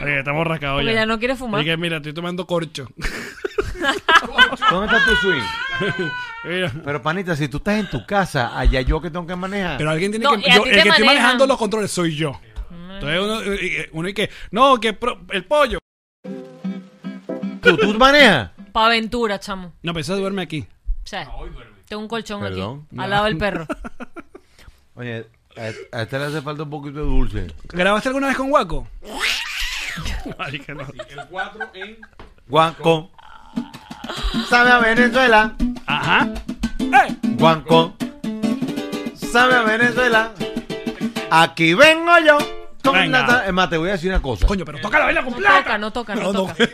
Speaker 2: Oye, Estamos rascados
Speaker 3: Porque
Speaker 2: ya.
Speaker 3: ya no quiere fumar.
Speaker 2: Y que, mira, estoy tomando corcho. [laughs]
Speaker 4: ¿Dónde está tu swing?
Speaker 2: Mira.
Speaker 4: Pero panita, si tú estás en tu casa, allá yo que tengo que manejar.
Speaker 2: Pero alguien tiene
Speaker 3: No, y
Speaker 2: que.
Speaker 3: a
Speaker 2: yo-
Speaker 3: ti
Speaker 2: el
Speaker 3: te
Speaker 2: que estoy
Speaker 3: manejan. Mm.
Speaker 2: manejando los controles soy yo. Entonces uno, y- uno y que. No, que pro- el pollo.
Speaker 4: tú, tú manejas.
Speaker 3: Pa' aventura, chamo.
Speaker 2: No, pero eso duerme aquí.
Speaker 3: O sea, tengo un colchón
Speaker 4: Perdón.
Speaker 3: aquí. Al lado del perro.
Speaker 4: Oye, a, a esta le hace falta un poquito de dulce.
Speaker 2: ¿Grabaste alguna vez con Waco? Marica, no.
Speaker 5: El 4 en.
Speaker 4: Guanco. Sabe a Venezuela.
Speaker 2: Ajá. ¡Eh!
Speaker 4: Guanco. Sabe a Venezuela. Aquí vengo yo. Con
Speaker 2: Venga.
Speaker 4: una ta- Es más, te voy a decir una cosa.
Speaker 2: Coño, pero toca la vela con
Speaker 3: No
Speaker 2: plata.
Speaker 3: toca, no toca, no
Speaker 2: No, no. [laughs]
Speaker 3: toca.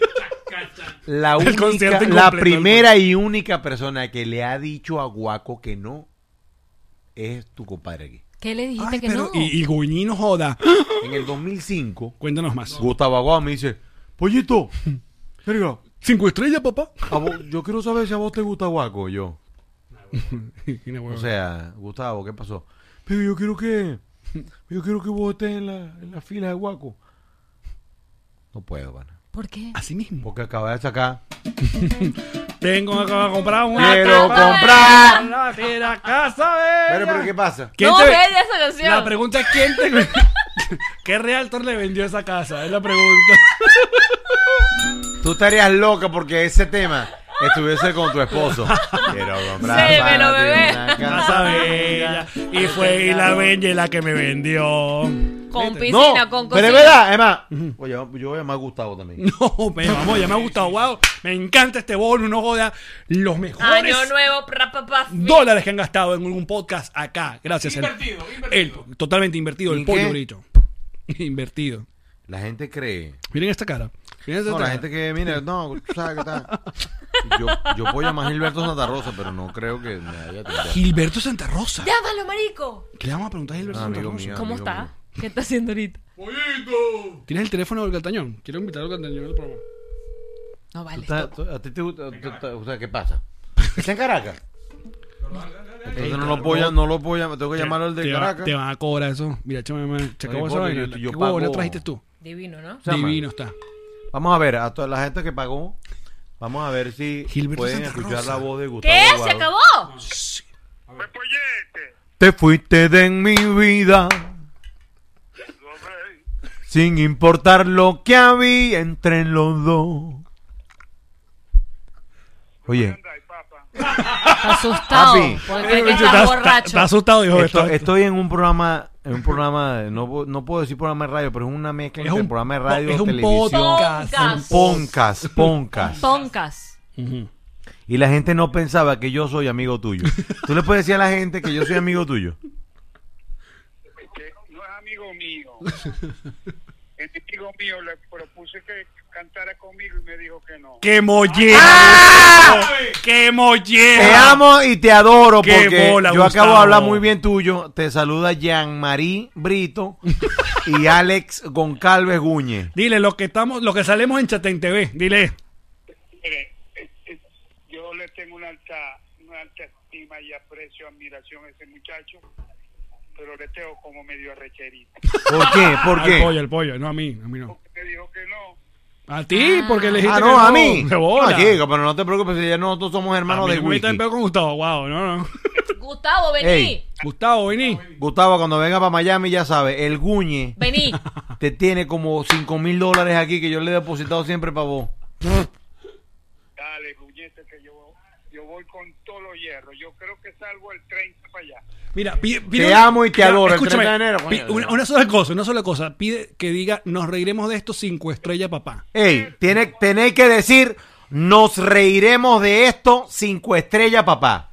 Speaker 4: la
Speaker 2: el
Speaker 4: única-
Speaker 2: concierto
Speaker 4: la
Speaker 2: incompleto, el
Speaker 4: primera y única persona que le ha dicho a Guaco que no es tu compadre aquí.
Speaker 3: ¿Qué le dijiste
Speaker 2: Ay,
Speaker 3: que
Speaker 2: pero-
Speaker 3: no?
Speaker 2: Y, y Guñi no joda.
Speaker 4: En el 2005,
Speaker 2: Cuéntanos más.
Speaker 4: Gustavo Aguado me dice,
Speaker 2: [laughs]
Speaker 4: Pollito, verga,
Speaker 2: Cinco estrellas, papá.
Speaker 4: a vos- yo quiero saber si a vos te gusta Guaco. Y Yo,
Speaker 2: Una hueva.
Speaker 4: O sea, Gustavo, ¿qué pasó? Pero yo quiero que. Yo quiero que vos estés en la, en la fila de Guaco. No puedo, pana.
Speaker 3: ¿Por qué?
Speaker 2: Así mismo.
Speaker 4: Porque acabas de sacar.
Speaker 2: Tengo que comprar una.
Speaker 4: ¡Quiero
Speaker 3: tapa de-
Speaker 4: comprar!
Speaker 2: La de la casa
Speaker 4: Pero,
Speaker 2: bella.
Speaker 4: pero, ¿qué pasa?
Speaker 2: ¿Quién
Speaker 3: no,
Speaker 2: te-
Speaker 3: bella esa canción.
Speaker 2: La pregunta es quién te [laughs] ¿Qué realtor le vendió esa casa? Es la pregunta.
Speaker 4: Tú estarías loca porque ese tema estuviese con tu esposo. [laughs] Quiero comprar.
Speaker 3: Sí,
Speaker 4: para
Speaker 3: pero,
Speaker 4: ti
Speaker 3: bebé.
Speaker 4: una
Speaker 2: Casa
Speaker 4: casa
Speaker 3: [laughs]
Speaker 2: bella. Ah, Y fue y la bella la que me vendió.
Speaker 3: Con
Speaker 4: No,
Speaker 3: piscina, con
Speaker 4: pero
Speaker 3: cocina.
Speaker 4: es verdad, es más. Oye, yo voy a llamar a Gustavo también.
Speaker 2: No, me vamos, ya me ha gustado. Wow, me encanta este bono, no joda. Los mejores
Speaker 3: Año nuevo, pra, pa, pa, fi.
Speaker 2: dólares que han gastado en un podcast acá. Gracias. el-
Speaker 5: Invertido, invertido.
Speaker 2: el- totalmente invertido, el
Speaker 4: ¿En
Speaker 2: pollo
Speaker 4: qué?
Speaker 2: grito. [laughs] Invertido.
Speaker 4: La gente cree.
Speaker 2: Miren esta cara. Miren esta
Speaker 4: No, la
Speaker 2: cara.
Speaker 4: gente que, mira, no, tú sabes que está. Yo, yo puedo llamar a Gilberto Santa Rosa, pero no creo que me haya atendido.
Speaker 2: Gilberto Santa Rosa.
Speaker 3: Llámalo, marico.
Speaker 2: ¿Qué le vamos a preguntar a Gilberto
Speaker 4: Ah,
Speaker 2: Santa
Speaker 4: amigo
Speaker 2: Rosa?
Speaker 4: mío.
Speaker 3: ¿Cómo
Speaker 4: amigo
Speaker 3: está?
Speaker 4: mío.
Speaker 3: ¿Qué está haciendo ahorita?
Speaker 2: ¿Tienes el teléfono del Tañón? Quiero invitar al Tañón al programa.
Speaker 3: No
Speaker 4: ¿Tú
Speaker 3: vale.
Speaker 4: estás- tú- ¿A ti te gusta? tú- tú- o sea, ¿Qué pasa? ¿Está en Caracas? Entonces no lo puedo llam- no lo puedo llamar, tengo que llamarlo al de
Speaker 2: Te va-
Speaker 4: Caracas.
Speaker 2: Te van a cobrar eso. Mira, échame, me- se
Speaker 4: No
Speaker 2: acabó esa
Speaker 4: importa,
Speaker 2: vaina.
Speaker 4: yo- yo
Speaker 2: ¿Qué huevona
Speaker 4: pago-
Speaker 2: trajiste tú?
Speaker 3: Divino, ¿no?
Speaker 4: Llama.
Speaker 2: Divino está.
Speaker 4: Vamos a ver, a toda la gente que pagó, vamos a ver si
Speaker 2: Gilberto
Speaker 4: pueden
Speaker 2: Santa
Speaker 4: escuchar
Speaker 2: Rosa.
Speaker 4: la voz de Gustavo.
Speaker 3: ¿Qué? ¿Se
Speaker 4: Guado.
Speaker 3: acabó?
Speaker 6: Me pollete.
Speaker 4: Te fuiste de mi vida
Speaker 6: No sé.
Speaker 4: sin importar lo que había entre los dos. Oye,
Speaker 6: Anda, y papa.
Speaker 3: Está asustado.
Speaker 4: Papi.
Speaker 3: Porque
Speaker 2: Eh,
Speaker 3: cree que está borracho.
Speaker 2: Está asustado, dijo
Speaker 4: esto-
Speaker 2: esto.
Speaker 4: estoy en un programa, en un programa, de- no, pu- no puedo decir programa de radio, pero es una mezcla entre programa de radio,
Speaker 2: es un
Speaker 4: televisión,
Speaker 2: podcast.
Speaker 3: Podcast.
Speaker 4: poncas, poncas.
Speaker 3: Poncas.
Speaker 2: Ujú.
Speaker 4: Y la gente no pensaba que yo soy amigo tuyo. ¿Tú le puedes decir a la gente que yo soy amigo tuyo?
Speaker 6: que no es amigo mío. El amigo mío le propuse que cantara conmigo y me dijo que no.
Speaker 2: ¡Qué mollera! ¡Ah! ¡Qué mollera!
Speaker 4: [laughs] Te amo y te adoro
Speaker 2: Qué
Speaker 4: porque
Speaker 2: bola,
Speaker 4: yo acabo
Speaker 2: Gustavo.
Speaker 4: de hablar muy bien tuyo. Te saluda Jean-Marie Brito
Speaker 2: [laughs]
Speaker 4: y Alex Goncalves Guñe.
Speaker 2: Dile, los que, estamos, los que salimos en Chatén TV, dile.
Speaker 6: Mire, eh, eh, yo le tengo una alta, una alta estima y aprecio, admiración a ese muchacho, pero le tengo como medio arrecherito.
Speaker 4: ¿Por qué? ¿Por
Speaker 2: Al
Speaker 4: qué?
Speaker 2: pollo, al pollo. No, a mí, a mí no.
Speaker 6: Porque me dijo que no.
Speaker 2: A ti, porque le dijiste que
Speaker 4: Ah, no, a mí.
Speaker 2: De
Speaker 4: No,
Speaker 2: bola.
Speaker 4: chico, pero no te preocupes, ya nosotros somos
Speaker 2: A
Speaker 4: hermanos
Speaker 2: mí
Speaker 4: de
Speaker 2: no me está
Speaker 4: whisky.
Speaker 2: en peor con Gustavo. Wow, no, no.
Speaker 3: Gustavo, vení.
Speaker 4: Ey.
Speaker 2: Gustavo, vení.
Speaker 4: Gustavo, cuando venga para Miami, ya sabes, el Guñe
Speaker 3: Vení.
Speaker 4: te tiene como 5 mil dólares aquí que yo le he depositado siempre para vos.
Speaker 6: Dale, puñete, que yo, yo voy con todos los hierros. Yo creo que salgo el 30 para allá.
Speaker 2: Mira, pide,
Speaker 4: Te
Speaker 2: una-
Speaker 4: amo y te adoro, el
Speaker 2: Escúchame,
Speaker 4: 30 de enero,
Speaker 2: pi-
Speaker 4: coño.
Speaker 2: una, una sola cosa, una sola cosa. Pide que diga, nos reiremos de esto cinco estrellas, papá.
Speaker 4: Ey, tiene, tenéis que decir, nos reiremos de esto cinco estrellas, papá.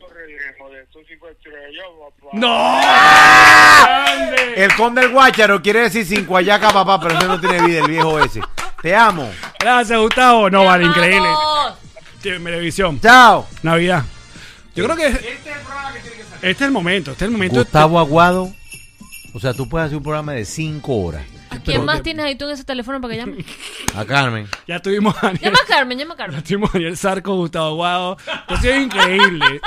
Speaker 6: No reiremos de estos cinco estrellas,
Speaker 4: [laughs]
Speaker 6: papá.
Speaker 2: ¡No!
Speaker 4: El conde del Guácharo quiere decir cinco ayaca, papá, pero ese no tiene vida, el viejo ese. Te amo.
Speaker 2: Gracias, Gustavo. No, vale,
Speaker 3: Vamos.
Speaker 2: increíble. Televisión,
Speaker 4: Chao.
Speaker 2: Navidad. Yo creo que es- este es el momento, este es el momento.
Speaker 4: Gustavo Aguado. O sea, tú puedes hacer un programa de cinco horas.
Speaker 3: ¿A quién más tienes ahí tú en ese teléfono para que llame?
Speaker 4: A Carmen.
Speaker 2: Ya tuvimos a Daniel,
Speaker 3: Llama a Carmen, llama a
Speaker 2: ya
Speaker 3: Carmen.
Speaker 2: tuvimos a Daniel Sarco, Gustavo Guado. Esto ha sido increíble.